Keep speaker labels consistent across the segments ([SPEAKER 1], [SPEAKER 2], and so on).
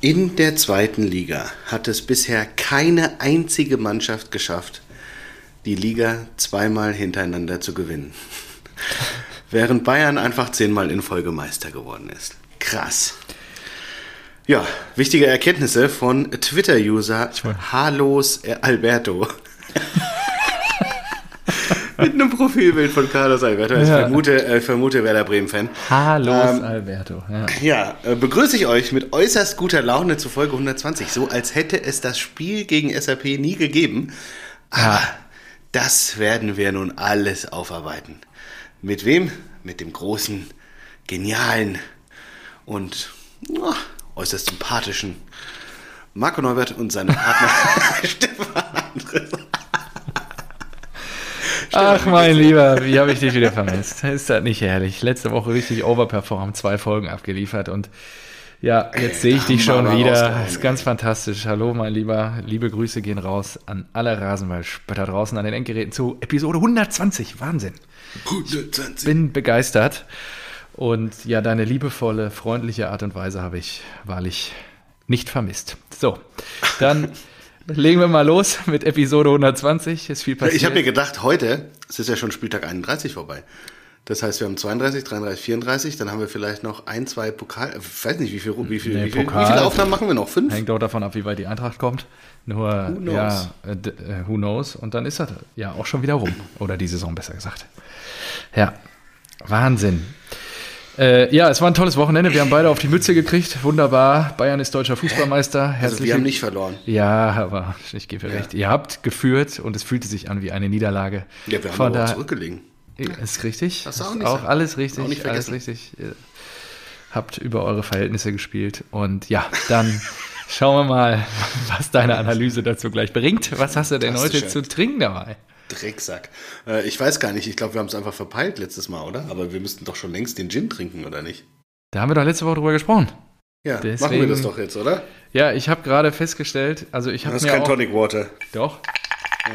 [SPEAKER 1] In der zweiten Liga hat es bisher keine einzige Mannschaft geschafft, die Liga zweimal hintereinander zu gewinnen. Während Bayern einfach zehnmal in Folge Meister geworden ist. Krass. Ja, wichtige Erkenntnisse von Twitter-User Halos Alberto. Mit einem Profilbild von Carlos Alberto. Ich
[SPEAKER 2] Ja.
[SPEAKER 1] vermute, ich vermute Werder Bremen-Fan.
[SPEAKER 2] Hallo,
[SPEAKER 1] Ähm,
[SPEAKER 2] Alberto. Ja.
[SPEAKER 1] Ja, äh, begrüße ich euch mit äußerst guter Laune zu Folge 120, so als hätte es das Spiel gegen SAP nie gegeben. Aber das werden wir nun alles aufarbeiten. Mit wem? Mit dem großen, genialen und ja, äußerst sympathischen Marco Neubert und seinem Partner Stefan Andres.
[SPEAKER 2] Ach, mein Lieber, wie habe ich dich wieder vermisst? Ist das nicht herrlich? Letzte Woche richtig overperformed, zwei Folgen abgeliefert und ja, jetzt sehe ich
[SPEAKER 1] da
[SPEAKER 2] dich
[SPEAKER 1] haben wir
[SPEAKER 2] schon
[SPEAKER 1] aber
[SPEAKER 2] wieder.
[SPEAKER 1] rausgehauen,
[SPEAKER 2] Ist
[SPEAKER 1] ey.
[SPEAKER 2] ganz fantastisch. Hallo, mein Lieber. Liebe Grüße gehen raus an alle Rasenballspötter draußen an den Endgeräten zu Episode 120. Wahnsinn.
[SPEAKER 1] 120.
[SPEAKER 2] Bin begeistert. Und ja, deine liebevolle, freundliche Art und Weise habe ich wahrlich nicht vermisst. So, dann legen wir mal los mit Episode 120. Ist viel passiert.
[SPEAKER 1] Ich habe mir gedacht, heute, es ist ja schon Spieltag 31 vorbei. Das heißt, wir haben 32, 33, 34, dann haben wir vielleicht noch ein, zwei Pokal, äh, ich weiß nicht, wie viel, wie viel,
[SPEAKER 2] Nee,
[SPEAKER 1] wie viel,
[SPEAKER 2] Pokal.
[SPEAKER 1] wie viele Aufnahmen machen wir noch? Fünf? Also,
[SPEAKER 2] Hängt auch davon ab, wie weit die Eintracht kommt. Nur,
[SPEAKER 1] knows?
[SPEAKER 2] ja, äh, d- äh, who knows? Und dann ist das ja auch schon wieder rum. Oder die Saison, besser gesagt. Ja, Wahnsinn. Äh, ja, es war ein tolles Wochenende. Wir haben beide auf die Mütze gekriegt. Wunderbar. Bayern ist deutscher Fußballmeister.
[SPEAKER 1] Also
[SPEAKER 2] Herzlich
[SPEAKER 1] wir haben nicht verloren.
[SPEAKER 2] ja, aber ich gebe dir recht. Ihr habt geführt und es fühlte sich an wie eine Niederlage.
[SPEAKER 1] Ja, wir haben
[SPEAKER 2] Von
[SPEAKER 1] aber auch
[SPEAKER 2] da-
[SPEAKER 1] zurückgelegen.
[SPEAKER 2] ist richtig.
[SPEAKER 1] Hast du auch
[SPEAKER 2] Ist
[SPEAKER 1] nicht
[SPEAKER 2] auch
[SPEAKER 1] gesagt.
[SPEAKER 2] alles richtig.
[SPEAKER 1] Auch nicht
[SPEAKER 2] alles richtig. Ihr habt über eure Verhältnisse gespielt. Und ja, dann schauen wir mal, was deine Analyse dazu gleich bringt. Was hast du denn heute
[SPEAKER 1] Fantastischer.
[SPEAKER 2] zu trinken dabei?
[SPEAKER 1] Drecksack. Äh, ich weiß gar nicht, ich glaube, wir haben es einfach verpeilt letztes Mal, oder? Aber wir müssten doch schon längst den Gin trinken, oder nicht?
[SPEAKER 2] Da haben wir doch letzte Woche drüber gesprochen.
[SPEAKER 1] Ja, machen wir
[SPEAKER 2] Deswegen-
[SPEAKER 1] das doch jetzt, oder?
[SPEAKER 2] Ja, ich habe gerade festgestellt, also ich habe
[SPEAKER 1] Das
[SPEAKER 2] mir
[SPEAKER 1] ist kein
[SPEAKER 2] auch,
[SPEAKER 1] Tonic Water.
[SPEAKER 2] doch,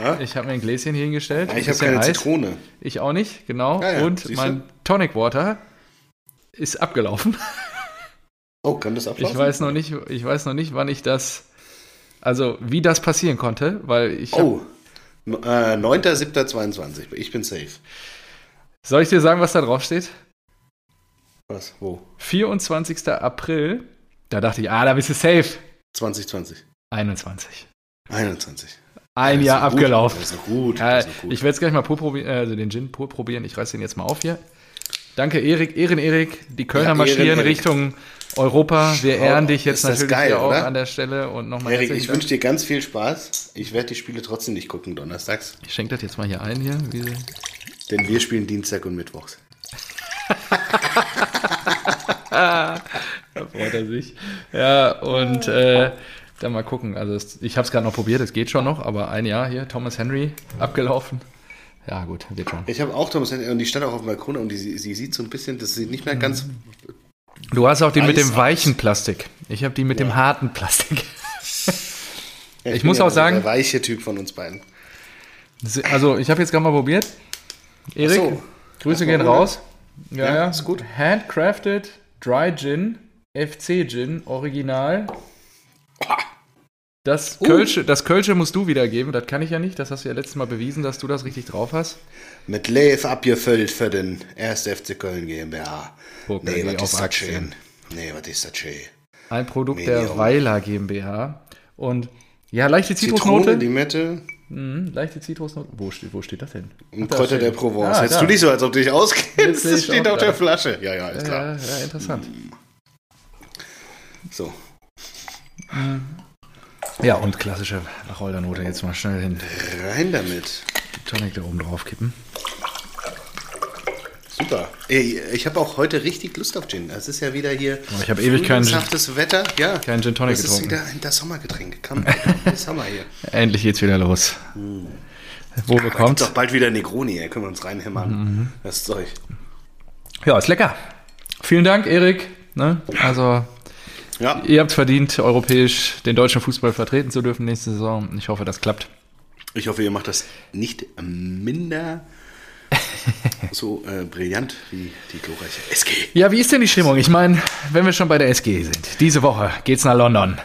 [SPEAKER 1] Ja?
[SPEAKER 2] ich habe mir ein Gläschen hier hingestellt.
[SPEAKER 1] Ich,
[SPEAKER 2] ein
[SPEAKER 1] habe
[SPEAKER 2] bisschen
[SPEAKER 1] keine
[SPEAKER 2] heiß.
[SPEAKER 1] Zitrone.
[SPEAKER 2] Ich auch nicht, genau.
[SPEAKER 1] Ja, ja,
[SPEAKER 2] Und
[SPEAKER 1] siehst
[SPEAKER 2] mein Tonic Water ist abgelaufen.
[SPEAKER 1] Oh, kann das ablaufen?
[SPEAKER 2] Ich weiß noch nicht, ich weiß noch nicht, wann ich das, also wie das passieren konnte, weil ich.
[SPEAKER 1] Oh, M- äh, 9.7.22, ich bin safe.
[SPEAKER 2] Soll ich dir sagen, was da drauf steht?
[SPEAKER 1] Was, wo?
[SPEAKER 2] 24. April. Da dachte ich, ah, da bist du safe.
[SPEAKER 1] 2020.
[SPEAKER 2] 21.
[SPEAKER 1] 21.
[SPEAKER 2] Ein
[SPEAKER 1] Ja,
[SPEAKER 2] Jahr
[SPEAKER 1] ist noch gut.
[SPEAKER 2] abgelaufen.
[SPEAKER 1] Das ist noch gut.
[SPEAKER 2] Ja,
[SPEAKER 1] Das ist noch gut.
[SPEAKER 2] ich werde jetzt gleich mal pur probieren, also den Gin pur probieren. Ich reiß den jetzt mal auf hier. Danke, Erik, Ehren-Erik. Die Kölner
[SPEAKER 1] Ja, Ehren,
[SPEAKER 2] marschieren
[SPEAKER 1] Erik.
[SPEAKER 2] Richtung Europa. Wir ehren dich jetzt
[SPEAKER 1] ist das
[SPEAKER 2] natürlich
[SPEAKER 1] geil,
[SPEAKER 2] hier auch
[SPEAKER 1] oder?
[SPEAKER 2] an der Stelle und nochmal
[SPEAKER 1] Erik, ich
[SPEAKER 2] herzlichen Dank.
[SPEAKER 1] wünsche dir ganz viel Spaß. Ich werde die Spiele trotzdem nicht gucken donnerstags,
[SPEAKER 2] Ich schenke das jetzt mal hier ein hier. Wie,
[SPEAKER 1] denn wir spielen Dienstag und Mittwochs.
[SPEAKER 2] Da freut er sich. Ja, und äh, dann mal gucken. Also es, ich habe es gerade noch probiert, es geht schon noch, aber ein Jahr hier, Thomas Henry, abgelaufen. Ja, gut, wird schon.
[SPEAKER 1] Ich habe auch Thomas Henry und die stand auch auf dem Balkon und die, sie sie sieht so ein bisschen, das sieht nicht mehr ganz.
[SPEAKER 2] Mhm. Du hast auch die mit dem
[SPEAKER 1] Eis-
[SPEAKER 2] weichen Plastik. Ich habe die mit dem harten Plastik.
[SPEAKER 1] Ja,
[SPEAKER 2] Ich
[SPEAKER 1] bin
[SPEAKER 2] muss
[SPEAKER 1] ja
[SPEAKER 2] auch
[SPEAKER 1] so
[SPEAKER 2] sagen-
[SPEAKER 1] Der weiche Typ von uns beiden.
[SPEAKER 2] Also, ich habe jetzt gerade mal probiert. Erik,
[SPEAKER 1] Ach so.
[SPEAKER 2] Grüße
[SPEAKER 1] Ach,
[SPEAKER 2] gehen
[SPEAKER 1] oder?
[SPEAKER 2] raus. Ja,
[SPEAKER 1] Ja,
[SPEAKER 2] ja,
[SPEAKER 1] ist gut.
[SPEAKER 2] Handcrafted Dry Gin, FC Gin, Original. Das
[SPEAKER 1] Uh.
[SPEAKER 2] Kölsche, das Kölsche musst du wiedergeben, das kann ich ja nicht. Das hast du ja letztes Mal bewiesen, dass du das richtig drauf hast.
[SPEAKER 1] Mit Lev abgefüllt für den 1. FC Köln GmbH.
[SPEAKER 2] Guck,
[SPEAKER 1] nee,
[SPEAKER 2] da geh
[SPEAKER 1] was ist
[SPEAKER 2] auf
[SPEAKER 1] das
[SPEAKER 2] Aktien.
[SPEAKER 1] schön? Nee, was ist das schön?
[SPEAKER 2] Ein Produkt der
[SPEAKER 1] Medium.
[SPEAKER 2] Weiler GmbH. Und ja, leichte
[SPEAKER 1] Zitrone,
[SPEAKER 2] Zitrusnote.
[SPEAKER 1] Limette
[SPEAKER 2] Mhm, leichte Zitrusnote. Wo steht, wo steht das denn?
[SPEAKER 1] und
[SPEAKER 2] da
[SPEAKER 1] Kräuter
[SPEAKER 2] steht-
[SPEAKER 1] der Provence.
[SPEAKER 2] Ah,
[SPEAKER 1] Jetzt
[SPEAKER 2] da.
[SPEAKER 1] tu nicht so, als ob du dich
[SPEAKER 2] Jetzt
[SPEAKER 1] auskennst.
[SPEAKER 2] seh
[SPEAKER 1] Das
[SPEAKER 2] ich's
[SPEAKER 1] steht
[SPEAKER 2] auch
[SPEAKER 1] auf der
[SPEAKER 2] da.
[SPEAKER 1] Flasche. Ja, ja, ist klar.
[SPEAKER 2] Ja, ja, interessant.
[SPEAKER 1] So.
[SPEAKER 2] Ja, und klassische Wacholdernote. Jetzt mal schnell den
[SPEAKER 1] Rein damit.
[SPEAKER 2] Tonic da oben drauf kippen.
[SPEAKER 1] Super. Ey, ich habe auch heute richtig Lust auf Gin. Es ist ja wieder hier.
[SPEAKER 2] Oh, ich habe ewig keinen Gin-
[SPEAKER 1] Frühlingshaftes Wetter. Ja.
[SPEAKER 2] keinen Gin Tonic
[SPEAKER 1] das
[SPEAKER 2] getrunken.
[SPEAKER 1] Das ist wieder das Sommergetränk. Komm, das Sommer hier.
[SPEAKER 2] Endlich geht's wieder los.
[SPEAKER 1] Hm.
[SPEAKER 2] Wo
[SPEAKER 1] Kommt doch
[SPEAKER 2] bekommt's?
[SPEAKER 1] bald wieder Negroni. Da können wir uns reinhämmern.
[SPEAKER 2] Mhm.
[SPEAKER 1] Das Zeug.
[SPEAKER 2] Ja, ist lecker. Vielen Dank, Erik. Ne? Also,
[SPEAKER 1] Ja.
[SPEAKER 2] ihr habt verdient, europäisch den deutschen Fußball vertreten zu dürfen nächste Saison. Ich hoffe, das klappt.
[SPEAKER 1] Ich hoffe, ihr macht das nicht minder so äh, brillant wie die glorreiche SG.
[SPEAKER 2] Ja, wie ist denn die Stimmung? Ich meine, wenn wir schon bei der SG sind, diese Woche geht's nach London.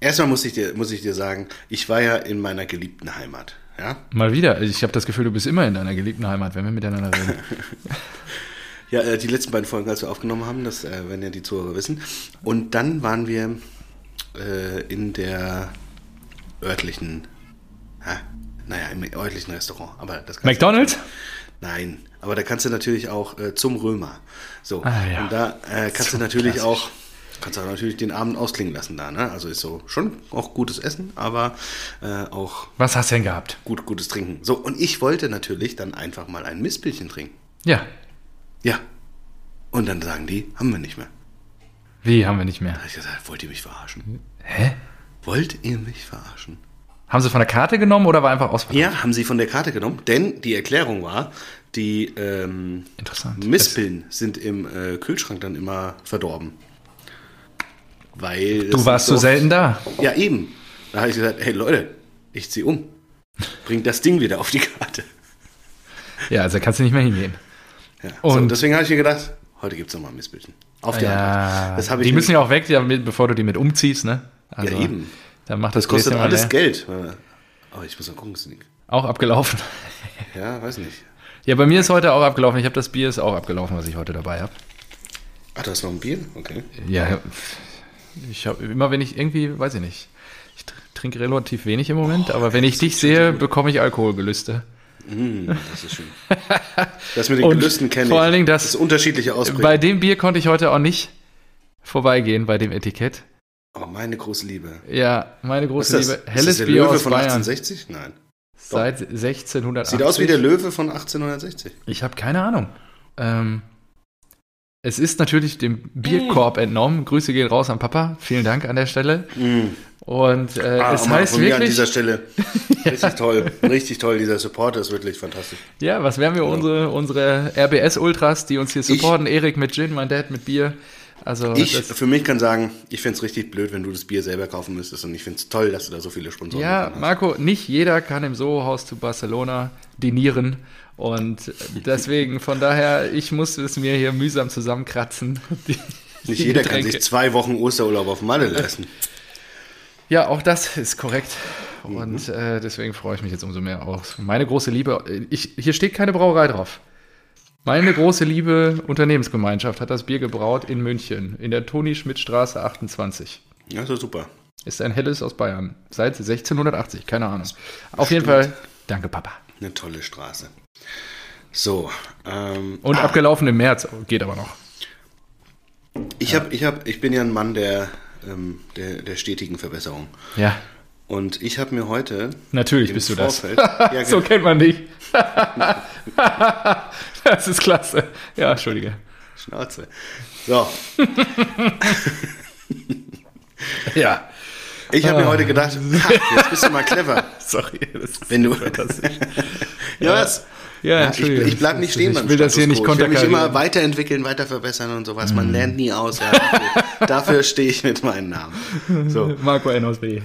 [SPEAKER 1] Erstmal muss ich, dir, muss ich dir sagen, ich war ja in meiner geliebten Heimat. Ja,
[SPEAKER 2] Mal wieder, Also ich habe das Gefühl, du bist immer in deiner geliebten Heimat, wenn wir miteinander reden.
[SPEAKER 1] ja äh, die letzten beiden Folgen, als wir aufgenommen haben, das äh, werden ja die Zuhörer wissen. Und dann waren wir äh, in der örtlichen, ha, naja, im örtlichen Restaurant. Aber das kannst du-
[SPEAKER 2] McDonald's?
[SPEAKER 1] Nein, aber da kannst du natürlich auch äh, zum Römer. So,
[SPEAKER 2] Ah, ja.
[SPEAKER 1] und da äh, kannst
[SPEAKER 2] Zum
[SPEAKER 1] du natürlich
[SPEAKER 2] Klassisch.
[SPEAKER 1] auch, kannst du auch natürlich den Abend ausklingen lassen da, ne? Also ist so schon auch gutes Essen, aber äh, auch
[SPEAKER 2] Was hast du denn gehabt?
[SPEAKER 1] gut, gutes Trinken. So, und ich wollte natürlich dann einfach mal ein Mispelchen trinken.
[SPEAKER 2] Ja,
[SPEAKER 1] Ja. Und dann sagen die, haben wir nicht mehr.
[SPEAKER 2] wie haben wir nicht mehr?
[SPEAKER 1] Da hab ich gesagt, wollt ihr mich
[SPEAKER 2] Mhm.
[SPEAKER 1] verarschen?
[SPEAKER 2] Hä?
[SPEAKER 1] Wollt ihr mich verarschen?
[SPEAKER 2] Haben sie von der Karte genommen oder war einfach ausverkauft?
[SPEAKER 1] Ja, haben sie von der Karte genommen, denn die Erklärung war, die ähm,
[SPEAKER 2] Interessant.
[SPEAKER 1] Mispeln sind im äh, Kühlschrank dann immer verdorben. Weil.
[SPEAKER 2] Du
[SPEAKER 1] das
[SPEAKER 2] warst
[SPEAKER 1] nicht
[SPEAKER 2] so selten da.
[SPEAKER 1] Ja, eben. Da habe ich gesagt: Hey Leute, ich ziehe um. Bringt das Ding wieder auf die Karte.
[SPEAKER 2] Ja, also kannst du nicht mehr hingehen.
[SPEAKER 1] Ja. so,
[SPEAKER 2] Und- Ah
[SPEAKER 1] deswegen habe ich mir gedacht: Heute gibt es nochmal Missbildchen. Auf die
[SPEAKER 2] Ja,
[SPEAKER 1] Antwort. Das habe ich
[SPEAKER 2] die müssen
[SPEAKER 1] nämlich-
[SPEAKER 2] ja auch weg, ja, mit- bevor du die mit umziehst, ne? Also,
[SPEAKER 1] Ja, eben.
[SPEAKER 2] Dann macht das,
[SPEAKER 1] Das kostet
[SPEAKER 2] Gläschen mal
[SPEAKER 1] alles
[SPEAKER 2] leer.
[SPEAKER 1] Geld. Aber ich muss mal gucken, ist nicht.
[SPEAKER 2] Auch abgelaufen.
[SPEAKER 1] Ja, weiß nicht.
[SPEAKER 2] Ja, bei mir ist heute auch abgelaufen. Ich habe das Bier ist auch abgelaufen, was ich heute dabei habe. Ah,
[SPEAKER 1] Ach, da ist noch ein Bier? Okay.
[SPEAKER 2] Ja, ich habe immer, wenn ich irgendwie, weiß ich nicht. Ich tr- trinke relativ wenig im Moment, aber wenn ich dich sehe, bekomme ich Alkoholgelüste.
[SPEAKER 1] Mm, Das ist schön. Das mit den
[SPEAKER 2] Und
[SPEAKER 1] Gelüsten kenne ich.
[SPEAKER 2] vor allen Dingen das-
[SPEAKER 1] das unterschiedliche Ausprägungen.
[SPEAKER 2] Bei dem Bier konnte ich heute auch nicht vorbeigehen, bei dem Etikett.
[SPEAKER 1] Oh, meine große Liebe.
[SPEAKER 2] Ja, meine große
[SPEAKER 1] Was ist
[SPEAKER 2] Liebe,
[SPEAKER 1] das?
[SPEAKER 2] helles
[SPEAKER 1] ist das der
[SPEAKER 2] Bier
[SPEAKER 1] Löwe
[SPEAKER 2] aus
[SPEAKER 1] von
[SPEAKER 2] Bayern
[SPEAKER 1] 1860? Nein.
[SPEAKER 2] seit 1680.
[SPEAKER 1] Sieht aus wie der Löwe von 1860.
[SPEAKER 2] Ich habe keine Ahnung. Ähm, es ist natürlich dem Bierkorb entnommen. Grüße gehen raus an Papa. Vielen Dank an der Stelle. Und äh,
[SPEAKER 1] Mhm. Ah,
[SPEAKER 2] es
[SPEAKER 1] Oma,
[SPEAKER 2] heißt
[SPEAKER 1] von mir an dieser
[SPEAKER 2] wirklich,
[SPEAKER 1] Stelle. Richtig toll, richtig toll. Dieser Support ist wirklich fantastisch.
[SPEAKER 2] ja, was wären wir
[SPEAKER 1] Genau.
[SPEAKER 2] unsere, unsere RBS-Ultras, die uns hier supporten? Erik mit Gin, mein Dad mit Bier. Also
[SPEAKER 1] Ich
[SPEAKER 2] das,
[SPEAKER 1] für mich kann sagen, ich find's richtig blöd, wenn du das Bier selber kaufen müsstest. Und ich find's toll, dass du da so viele Sponsoren
[SPEAKER 2] ja,
[SPEAKER 1] mit dran hast.
[SPEAKER 2] Marco, nicht jeder kann im Soho-Haus zu Barcelona dinieren. Und deswegen, von daher, ich musste es mir hier mühsam zusammenkratzen. Die,
[SPEAKER 1] Nicht
[SPEAKER 2] die
[SPEAKER 1] jeder kann
[SPEAKER 2] Getränke.
[SPEAKER 1] sich zwei Wochen Osterurlaub auf Malle leisten.
[SPEAKER 2] Ja, auch das ist korrekt. Und äh, deswegen freue ich mich jetzt umso mehr auf meine große Liebe. Ich, hier steht keine Brauerei drauf. Meine große Liebe Unternehmensgemeinschaft hat das Bier gebraut in München, in der Toni-Schmidt-Straße 28.
[SPEAKER 1] Ja, so super.
[SPEAKER 2] Ist ein helles aus Bayern, seit 1680, keine Ahnung. Auf jeden Fall, danke Papa.
[SPEAKER 1] Eine tolle Straße. So, ähm,
[SPEAKER 2] Und abgelaufen im März, geht aber noch.
[SPEAKER 1] ich,
[SPEAKER 2] äh,
[SPEAKER 1] hab, ich, hab, ich bin ja ein Mann der, ähm, der, der stetigen Verbesserung.
[SPEAKER 2] Ja,
[SPEAKER 1] Und ich habe mir heute
[SPEAKER 2] natürlich
[SPEAKER 1] im
[SPEAKER 2] bist du
[SPEAKER 1] Vorfeld-
[SPEAKER 2] das.
[SPEAKER 1] Ja,
[SPEAKER 2] so kennt man dich. das ist klasse. Ja, Entschuldige.
[SPEAKER 1] genau, Schnauze. So,
[SPEAKER 2] Ja. Ah.
[SPEAKER 1] ich habe mir heute gedacht, ha, jetzt bist du mal clever.
[SPEAKER 2] Sorry, das ist
[SPEAKER 1] Wenn du. ja, was? Ja,
[SPEAKER 2] Ja,
[SPEAKER 1] ich,
[SPEAKER 2] Entschuldigung.
[SPEAKER 1] ich bleib nicht stehen
[SPEAKER 2] Ich
[SPEAKER 1] beim
[SPEAKER 2] will das
[SPEAKER 1] Status
[SPEAKER 2] hier nicht
[SPEAKER 1] quo. Ich will mich immer
[SPEAKER 2] konterkarieren. Mhm.
[SPEAKER 1] weiterentwickeln, weiter verbessern und sowas. Man lernt nie aus. Ja, dafür- dafür stehe ich mit meinem Namen. So,
[SPEAKER 2] Marco N aus B.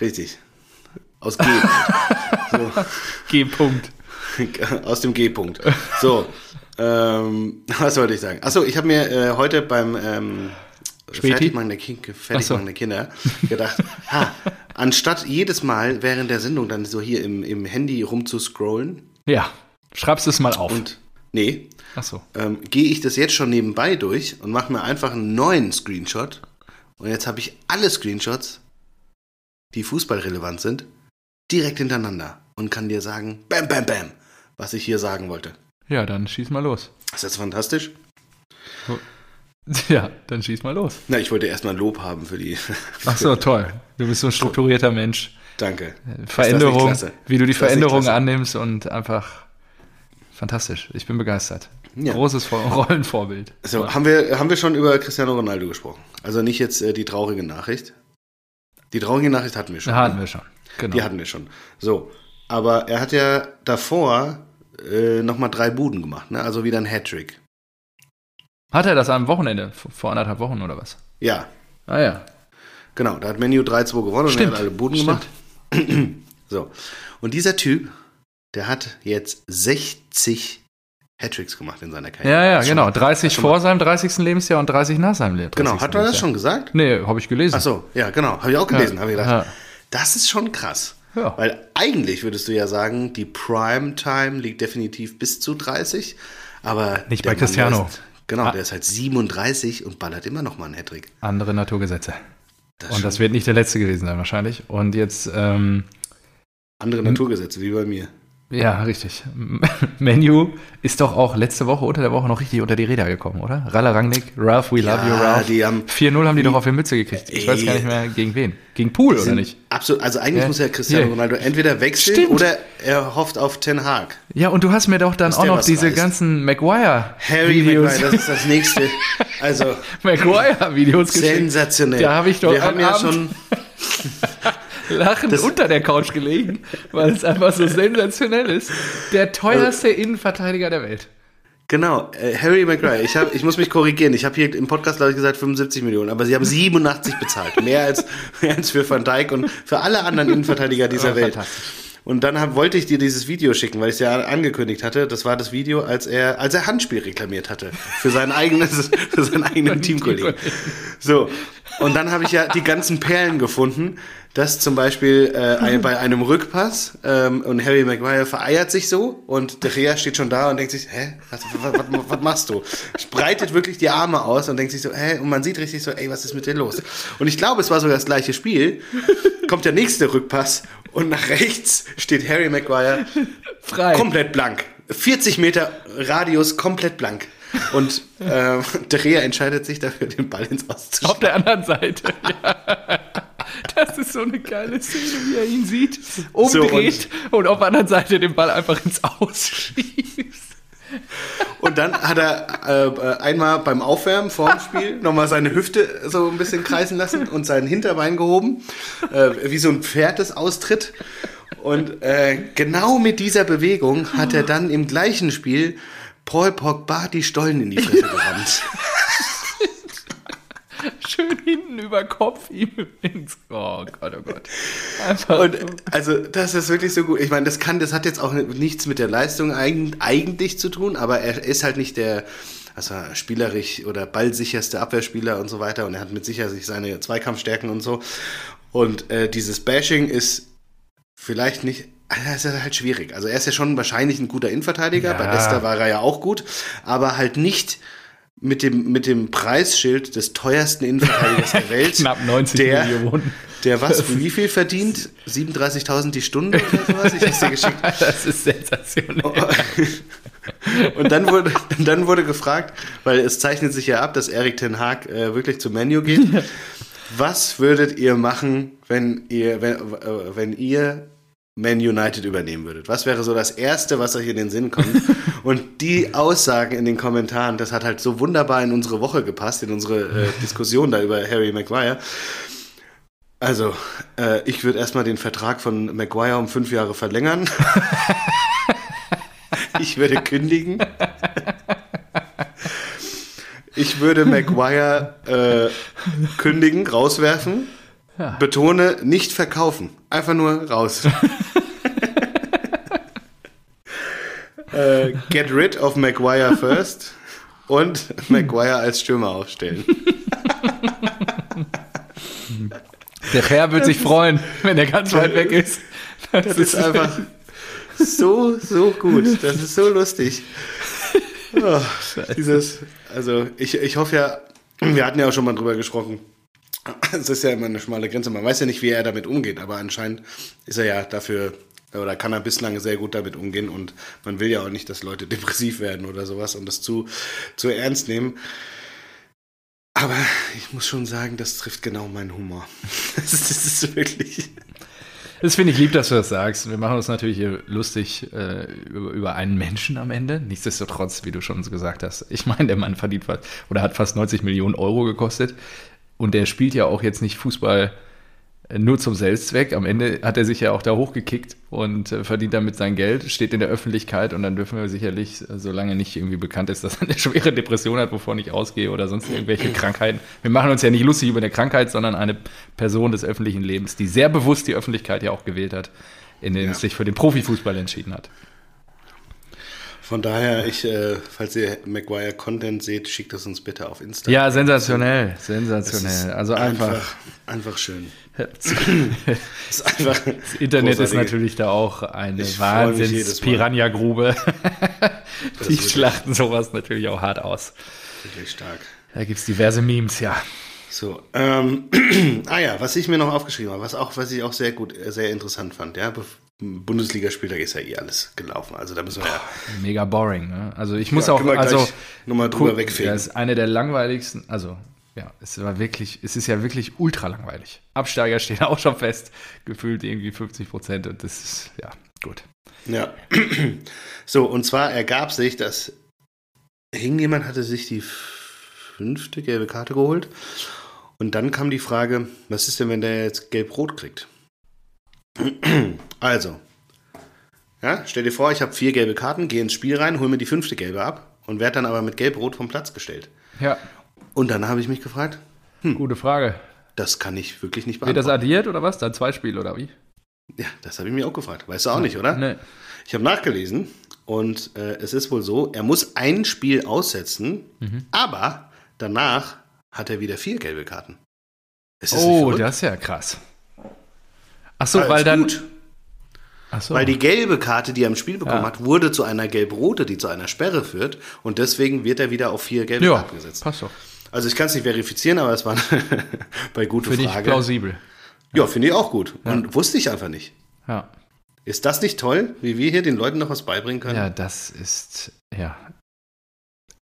[SPEAKER 1] richtig. Aus G.
[SPEAKER 2] G. Punkt.
[SPEAKER 1] aus dem G-Punkt. So, ähm, was wollte ich sagen? Achso, ich habe mir äh, heute beim ähm,
[SPEAKER 2] Späti?
[SPEAKER 1] Fertigmachen der, Kin Fertigmachen der Kinder gedacht, ha, anstatt jedes Mal während der Sendung dann so hier im, im Handy rumzuscrollen
[SPEAKER 2] Ja, schreibst es mal auf.
[SPEAKER 1] und nee,
[SPEAKER 2] Achso.
[SPEAKER 1] ähm, gehe ich das jetzt schon nebenbei durch und mache mir einfach einen neuen Screenshot. Und jetzt habe ich alle Screenshots, die fußballrelevant sind, direkt hintereinander und kann dir sagen, bam, bam, bam, was ich hier sagen wollte.
[SPEAKER 2] Ja, dann schieß mal los.
[SPEAKER 1] Ist das fantastisch?
[SPEAKER 2] Ja, dann schieß mal los.
[SPEAKER 1] Na, ich wollte erstmal Lob haben für die.
[SPEAKER 2] Achso, toll. Du bist so ein strukturierter Mensch.
[SPEAKER 1] Danke.
[SPEAKER 2] Veränderung,
[SPEAKER 1] klasse?
[SPEAKER 2] wie du die
[SPEAKER 1] Ist das nicht
[SPEAKER 2] Veränderung
[SPEAKER 1] klasse?
[SPEAKER 2] annimmst und einfach fantastisch. Ich bin begeistert.
[SPEAKER 1] Ja.
[SPEAKER 2] Großes Vor- Rollenvorbild.
[SPEAKER 1] So, haben wir, haben wir schon über Cristiano Ronaldo gesprochen? Also nicht jetzt äh, die traurige Nachricht. Die traurige Nachricht hatten wir schon.
[SPEAKER 2] Hatten wir schon. Genau.
[SPEAKER 1] Die hatten wir schon. So, aber er hat ja davor äh, nochmal drei Buden gemacht, ne? also wieder ein Hattrick.
[SPEAKER 2] Hat er das am Wochenende, vor vor anderthalb Wochen oder was?
[SPEAKER 1] Ja,
[SPEAKER 2] Ah ja.
[SPEAKER 1] genau, da hat Menu 3-2 gewonnen
[SPEAKER 2] Stimmt.
[SPEAKER 1] und er hat alle Buden
[SPEAKER 2] Stimmt.
[SPEAKER 1] gemacht. So, und dieser Typ, der hat jetzt 60 Hattricks gemacht in seiner
[SPEAKER 2] Ja,
[SPEAKER 1] Karriere.
[SPEAKER 2] ja,
[SPEAKER 1] Schon
[SPEAKER 2] genau.
[SPEAKER 1] mal-
[SPEAKER 2] 30
[SPEAKER 1] schon
[SPEAKER 2] vor seinem 30. Lebensjahr und 30 nach seinem Le- 30.
[SPEAKER 1] Genau, hat er das
[SPEAKER 2] Lebensjahr.
[SPEAKER 1] schon gesagt?
[SPEAKER 2] Nee, habe ich gelesen.
[SPEAKER 1] Ach so, ja, genau. Habe ich auch gelesen. Habe ich gedacht,
[SPEAKER 2] Ja.
[SPEAKER 1] das ist schon krass.
[SPEAKER 2] Ja.
[SPEAKER 1] Weil eigentlich würdest du ja sagen, die Prime Time liegt definitiv bis zu 30. Aber
[SPEAKER 2] Nicht
[SPEAKER 1] der
[SPEAKER 2] bei
[SPEAKER 1] Mann,
[SPEAKER 2] Cristiano.
[SPEAKER 1] der Ist, genau,
[SPEAKER 2] Ah.
[SPEAKER 1] der ist halt 37 und ballert immer noch mal einen Hattrick.
[SPEAKER 2] Andere Naturgesetze.
[SPEAKER 1] Das
[SPEAKER 2] Und
[SPEAKER 1] schon
[SPEAKER 2] das wird nicht der letzte gewesen sein, wahrscheinlich. Und jetzt, ähm,
[SPEAKER 1] andere Naturgesetze, wie bei mir.
[SPEAKER 2] ja, richtig. Menu ist doch auch letzte Woche, unter der Woche noch richtig unter die Räder gekommen, oder? Ralla Rangnick, Ralph, we love you,
[SPEAKER 1] Ja,
[SPEAKER 2] Ralph.
[SPEAKER 1] die haben-
[SPEAKER 2] 4-0 haben die doch auf die Mütze gekriegt. Ich weiß gar nicht mehr, gegen wen. Gegen Pool, oder
[SPEAKER 1] Sind
[SPEAKER 2] nicht?
[SPEAKER 1] Absolut. Also eigentlich
[SPEAKER 2] Ja.
[SPEAKER 1] muss ja Cristiano
[SPEAKER 2] Hier.
[SPEAKER 1] Ronaldo entweder wechseln
[SPEAKER 2] Stimmt.
[SPEAKER 1] oder er hofft auf Ten Hag.
[SPEAKER 2] Ja, und du hast mir doch dann auch
[SPEAKER 1] der
[SPEAKER 2] noch
[SPEAKER 1] was
[SPEAKER 2] diese
[SPEAKER 1] reißt.
[SPEAKER 2] ganzen
[SPEAKER 1] Harry Maguire,
[SPEAKER 2] Maguire-Videos
[SPEAKER 1] das ist das nächste. Also
[SPEAKER 2] Maguire-Videos geschickt.
[SPEAKER 1] sensationell.
[SPEAKER 2] Da habe ich doch
[SPEAKER 1] Wir
[SPEAKER 2] am
[SPEAKER 1] haben ja
[SPEAKER 2] Abend-
[SPEAKER 1] schon
[SPEAKER 2] lachend unter der Couch gelegen, weil es einfach so sensationell ist. Der teuerste
[SPEAKER 1] Äh.
[SPEAKER 2] Innenverteidiger der Welt.
[SPEAKER 1] Genau, äh, Harry Maguire. Ich, hab, ich muss mich korrigieren. Ich habe hier im Podcast, glaube ich, gesagt 75 Millionen, aber sie haben 87 bezahlt. Mehr als, mehr als für Van Dijk und für alle anderen Innenverteidiger dieser
[SPEAKER 2] Oh,
[SPEAKER 1] Welt.
[SPEAKER 2] fantastisch.
[SPEAKER 1] Und dann hab, wollte ich dir dieses Video schicken, weil ich es ja angekündigt hatte. Das war das Video, als er, als er Handspiel reklamiert hatte. Für seinen eigenen, für seinen eigenen Teamkollegen. So. Und dann habe ich ja die ganzen Perlen gefunden, dass zum Beispiel äh, ein, bei einem Rückpass ähm, und Harry Maguire vereiert sich so und De Gea steht schon da und denkt sich, hä, was, was, was, was machst du? Breitet wirklich die Arme aus und denkt sich so, hä, und man sieht richtig so, ey, was ist mit dir los? Und ich glaube, es war sogar das gleiche Spiel. Kommt der nächste Rückpass und nach rechts steht Harry Maguire
[SPEAKER 2] Frei.
[SPEAKER 1] komplett blank. 40 Meter Radius komplett blank. Und äh, De Gea entscheidet sich dafür, den Ball ins Aus
[SPEAKER 2] Auf der anderen Seite. Ja. Das ist so eine geile Szene, wie er ihn sieht, umdreht und, auf der anderen Seite den Ball einfach ins Aus schießt.
[SPEAKER 1] Und dann hat er äh, äh, einmal beim Aufwärmen vorm Spiel nochmal seine Hüfte so ein bisschen kreisen lassen und sein Hinterbein gehoben, äh, wie so ein Pferd, das austritt. Und äh, genau mit dieser Bewegung hat er dann im gleichen Spiel Paul Pogba die Stollen in die Fresse gerammt.
[SPEAKER 2] Schön hinten über Kopf ihm ins. Oh Gott, oh Gott. Einfach.
[SPEAKER 1] Und äh, also das ist wirklich so gut. Ich meine, das kann, das hat jetzt auch nichts mit der Leistung eig eigentlich zu tun, aber er ist halt nicht der also spielerisch oder ballsicherste Abwehrspieler und so weiter und er hat mit Sicherheit seine Zweikampfstärken und so. Und äh, dieses Bashing ist vielleicht nicht, das ist halt schwierig. Also er ist ja schon wahrscheinlich ein guter Innenverteidiger,
[SPEAKER 2] Ja.
[SPEAKER 1] bei Leicester war er ja auch gut, aber halt nicht mit dem, mit dem Preisschild des teuersten Innenverteidigers der Welt.
[SPEAKER 2] Knapp 90
[SPEAKER 1] der,
[SPEAKER 2] Millionen.
[SPEAKER 1] Der was, wie viel verdient? 37.000 die Stunde oder sowas? Ich hab's dir geschickt.
[SPEAKER 2] das ist sensationell.
[SPEAKER 1] Oh, Und dann wurde, dann wurde gefragt, weil es zeichnet sich ja ab, dass Erik Ten Haag äh, wirklich zu Menu geht. Was würdet ihr machen, wenn ihr, wenn, äh, wenn ihr Man United übernehmen würdet? Was wäre so das Erste, was euch in den Sinn kommt? Und die Aussagen in den Kommentaren, das hat halt so wunderbar in unsere Woche gepasst, in unsere äh, Diskussion da über Harry Maguire. Also, äh, ich würde erstmal den Vertrag von Maguire um fünf Jahre verlängern. ich würde kündigen. Ich würde Maguire äh, kündigen, rauswerfen. Betone, nicht verkaufen. Einfach nur raus. äh, get rid of Maguire first und Maguire als Stürmer aufstellen.
[SPEAKER 2] Der Herr wird sich freuen, wenn er ganz weit weg ist.
[SPEAKER 1] Das ist einfach so, so gut. Das ist so lustig. Oh, dieses, also ich, ich hoffe ja, wir hatten ja auch schon mal drüber gesprochen. Es ist ja immer eine schmale Grenze. Man weiß ja nicht, wie er damit umgeht, aber anscheinend ist er ja dafür oder kann er bislang sehr gut damit umgehen und man will ja auch nicht, dass Leute depressiv werden oder sowas und das zu, zu ernst nehmen. Aber ich muss schon sagen, das trifft genau meinen Humor. Das ist, das ist wirklich.
[SPEAKER 2] Das finde ich lieb, dass du das sagst. Wir machen uns natürlich hier lustig äh, über, über einen Menschen am Ende. Nichtsdestotrotz, wie du schon so gesagt hast, ich meine, der Mann verdient fast oder hat fast 90 Millionen Euro gekostet. Und der spielt ja auch jetzt nicht Fußball äh, nur zum Selbstzweck. Am Ende hat er sich ja auch da hochgekickt und äh, verdient damit sein Geld, steht in der Öffentlichkeit und dann dürfen wir sicherlich, äh, solange nicht irgendwie bekannt ist, dass er eine schwere Depression hat, wovon ich ausgehe oder sonst irgendwelche Krankheiten. Wir machen uns ja nicht lustig über eine Krankheit, sondern eine Person des öffentlichen Lebens, die sehr bewusst die Öffentlichkeit ja auch gewählt hat, indem
[SPEAKER 1] Ja.
[SPEAKER 2] es sich für den Profifußball entschieden hat.
[SPEAKER 1] Von daher, ich, äh, falls ihr Maguire Content seht, schickt es uns bitte auf Insta.
[SPEAKER 2] Ja, sensationell,
[SPEAKER 1] Es ist
[SPEAKER 2] sensationell. Also einfach.
[SPEAKER 1] Einfach schön.
[SPEAKER 2] Das
[SPEAKER 1] Es Ist einfach
[SPEAKER 2] Internet ist
[SPEAKER 1] großartige-
[SPEAKER 2] natürlich da auch eine
[SPEAKER 1] Ich freu mich jedes Mal.
[SPEAKER 2] Wahnsinns-Piranha-Grube. Die
[SPEAKER 1] wird-
[SPEAKER 2] schlachten sowas natürlich auch hart aus.
[SPEAKER 1] wirklich stark.
[SPEAKER 2] Da gibt es diverse Memes, ja.
[SPEAKER 1] So, ähm, ah ja, was ich mir noch aufgeschrieben habe, was, auch, was ich auch sehr gut, äh, sehr interessant fand, ja, Bef- Bundesligaspieltag ist ja eh alles gelaufen, also da müssen wir ja,
[SPEAKER 2] Mega boring, ne? Also ich muss
[SPEAKER 1] ja,
[SPEAKER 2] auch,
[SPEAKER 1] können wir
[SPEAKER 2] also
[SPEAKER 1] gleich nochmal drüber
[SPEAKER 2] Cool.
[SPEAKER 1] wegfegen.
[SPEAKER 2] Das ist eine der langweiligsten, also ja, es war wirklich, es ist ja wirklich ultra langweilig. Absteiger stehen auch schon fest, gefühlt irgendwie 50 Prozent und das ist, ja, gut.
[SPEAKER 1] Ja. So, und zwar ergab sich, dass irgendjemand hatte sich die fünfte gelbe Karte geholt. Und dann kam die Frage, was ist denn, wenn der jetzt gelb-rot kriegt? Also, ja, stell dir vor, ich habe vier gelbe Karten, gehe ins Spiel rein, hole mir die fünfte gelbe ab und werde dann aber mit gelb-rot vom Platz gestellt.
[SPEAKER 2] Ja,
[SPEAKER 1] Und dann habe ich mich gefragt,
[SPEAKER 2] gute Frage.
[SPEAKER 1] das kann ich wirklich nicht
[SPEAKER 2] Wird das
[SPEAKER 1] Hm. beantworten.
[SPEAKER 2] addiert oder was? Dann zwei Spiele oder wie?
[SPEAKER 1] Ja, das habe ich mir auch gefragt. Weißt du auch nicht, oder?
[SPEAKER 2] Ne.
[SPEAKER 1] Ich habe nachgelesen und äh, es ist wohl so, er muss ein Spiel aussetzen,
[SPEAKER 2] Mhm.
[SPEAKER 1] aber danach hat er wieder vier gelbe Karten. Es ist
[SPEAKER 2] Oh,
[SPEAKER 1] nicht verrückt?
[SPEAKER 2] das ist ja krass. Ach so,
[SPEAKER 1] Ja,
[SPEAKER 2] weil
[SPEAKER 1] ist
[SPEAKER 2] dann.
[SPEAKER 1] gut,
[SPEAKER 2] Ach so.
[SPEAKER 1] weil die gelbe Karte, die er im Spiel bekommen
[SPEAKER 2] Ja.
[SPEAKER 1] hat, wurde zu einer gelb-rote, die zu einer Sperre führt und deswegen wird er wieder auf vier gelbe
[SPEAKER 2] ja,
[SPEAKER 1] Karten gesetzt.
[SPEAKER 2] passt doch.
[SPEAKER 1] Also ich kann es nicht verifizieren, aber es war bei gute
[SPEAKER 2] Finde ich
[SPEAKER 1] Frage.
[SPEAKER 2] plausibel.
[SPEAKER 1] ja, finde ich auch gut und wusste ich einfach nicht.
[SPEAKER 2] Ja.
[SPEAKER 1] Ist das nicht toll, wie wir hier den Leuten noch was beibringen können?
[SPEAKER 2] ja, das ist, ja.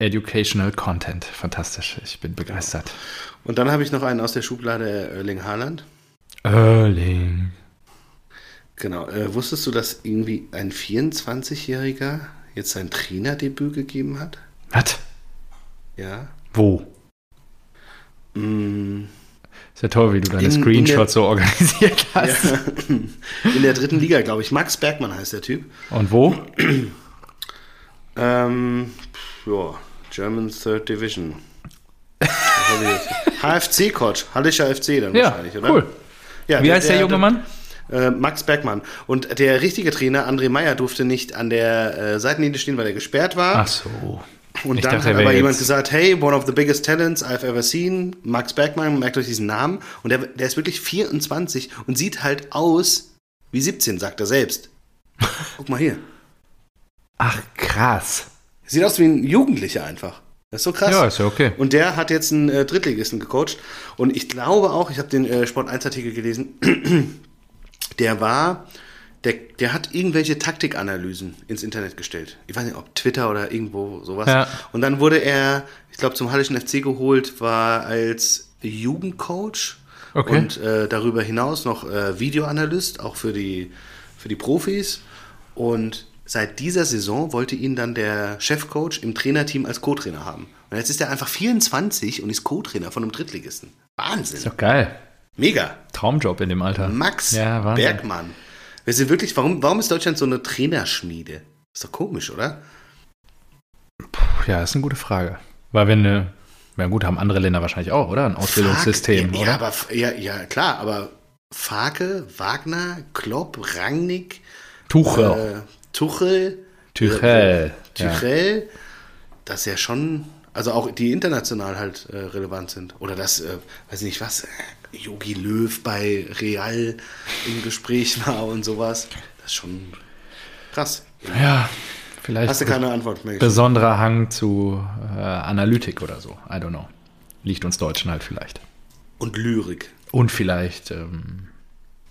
[SPEAKER 2] Educational Content. Fantastisch. Ich bin begeistert.
[SPEAKER 1] Und dann habe ich noch einen aus der Schublade äh, Erling Haaland.
[SPEAKER 2] Erling.
[SPEAKER 1] Genau. Äh, wusstest du, dass irgendwie ein 24-Jähriger jetzt sein Trainerdebüt gegeben hat?
[SPEAKER 2] Was?
[SPEAKER 1] Ja.
[SPEAKER 2] Wo?
[SPEAKER 1] Mm,
[SPEAKER 2] Ist ja toll, wie du deine
[SPEAKER 1] In- in
[SPEAKER 2] Screenshots so organisiert
[SPEAKER 1] ja.
[SPEAKER 2] hast.
[SPEAKER 1] In der dritten Liga, glaube ich. Max Bergmann heißt der Typ.
[SPEAKER 2] Und wo?
[SPEAKER 1] Ähm, pf, ja, German Third Division. HFC-Coach, Hallischer FC dann
[SPEAKER 2] Ja,
[SPEAKER 1] wahrscheinlich, oder?
[SPEAKER 2] cool.
[SPEAKER 1] Ja,
[SPEAKER 2] Wie heißt der junge Mann?
[SPEAKER 1] Äh, Max Bergmann. Und der richtige Trainer, André Meyer, durfte nicht an der äh, Seitenlinie stehen, weil er gesperrt war.
[SPEAKER 2] Ach so.
[SPEAKER 1] Und
[SPEAKER 2] Ich
[SPEAKER 1] dann
[SPEAKER 2] dachte, er
[SPEAKER 1] hat
[SPEAKER 2] wäre
[SPEAKER 1] aber jemand
[SPEAKER 2] jetzt-
[SPEAKER 1] gesagt, hey, one of the biggest talents I've ever seen, Max Bergmann, merkt euch diesen Namen. Und der, der ist wirklich 24 und sieht halt aus wie 17, sagt er selbst. Guck mal hier.
[SPEAKER 2] Ach, krass.
[SPEAKER 1] Sieht aus wie ein Jugendlicher einfach. Das ist so krass.
[SPEAKER 2] Ja, ist ja okay.
[SPEAKER 1] Und der hat jetzt einen äh, Drittligisten gecoacht. Und ich glaube auch, ich habe den äh, Sport1-Artikel gelesen, der war, der, der hat irgendwelche Taktikanalysen ins Internet gestellt. Ich weiß nicht, ob Twitter oder irgendwo sowas.
[SPEAKER 2] Ja.
[SPEAKER 1] Und dann wurde er, ich glaube, zum Hallischen FC geholt, war als Jugendcoach
[SPEAKER 2] Okay.
[SPEAKER 1] und äh, darüber hinaus noch äh, Videoanalyst, auch für die, für die Profis. Und seit dieser Saison wollte ihn dann der Chefcoach im Trainerteam als Co-Trainer haben. Und jetzt ist er einfach 24 und ist Co-Trainer von einem Drittligisten. Wahnsinn.
[SPEAKER 2] Ist doch geil.
[SPEAKER 1] Mega.
[SPEAKER 2] Traumjob in dem Alter.
[SPEAKER 1] Max
[SPEAKER 2] Ja, Wahnsinn.
[SPEAKER 1] Bergmann. Wir sind wirklich, warum, warum ist Deutschland so eine Trainerschmiede? Ist doch komisch, oder?
[SPEAKER 2] Ja, ist eine gute Frage. Weil wenn eine, na gut, haben andere Länder wahrscheinlich auch, oder? Ein Ausbildungssystem,
[SPEAKER 1] Fak- ja,
[SPEAKER 2] oder?
[SPEAKER 1] Ja, aber, ja, ja, klar, aber Farke, Wagner, Klopp, Rangnick,
[SPEAKER 2] Tuchel.
[SPEAKER 1] äh, Tuchel,
[SPEAKER 2] Tuchel.
[SPEAKER 1] äh, Tuchel, das ist ja schon, also auch die international halt äh, relevant sind. Oder das, äh, weiß nicht was, äh, Jogi Löw bei Real im Gespräch war und sowas. Das ist schon krass.
[SPEAKER 2] ja. ja, vielleicht
[SPEAKER 1] Hast du keine Antwort mehr?
[SPEAKER 2] besonderer Hang zu äh, Analytik oder so. I don't know. Liegt uns Deutschen halt vielleicht.
[SPEAKER 1] Und Lyrik.
[SPEAKER 2] Und vielleicht ähm,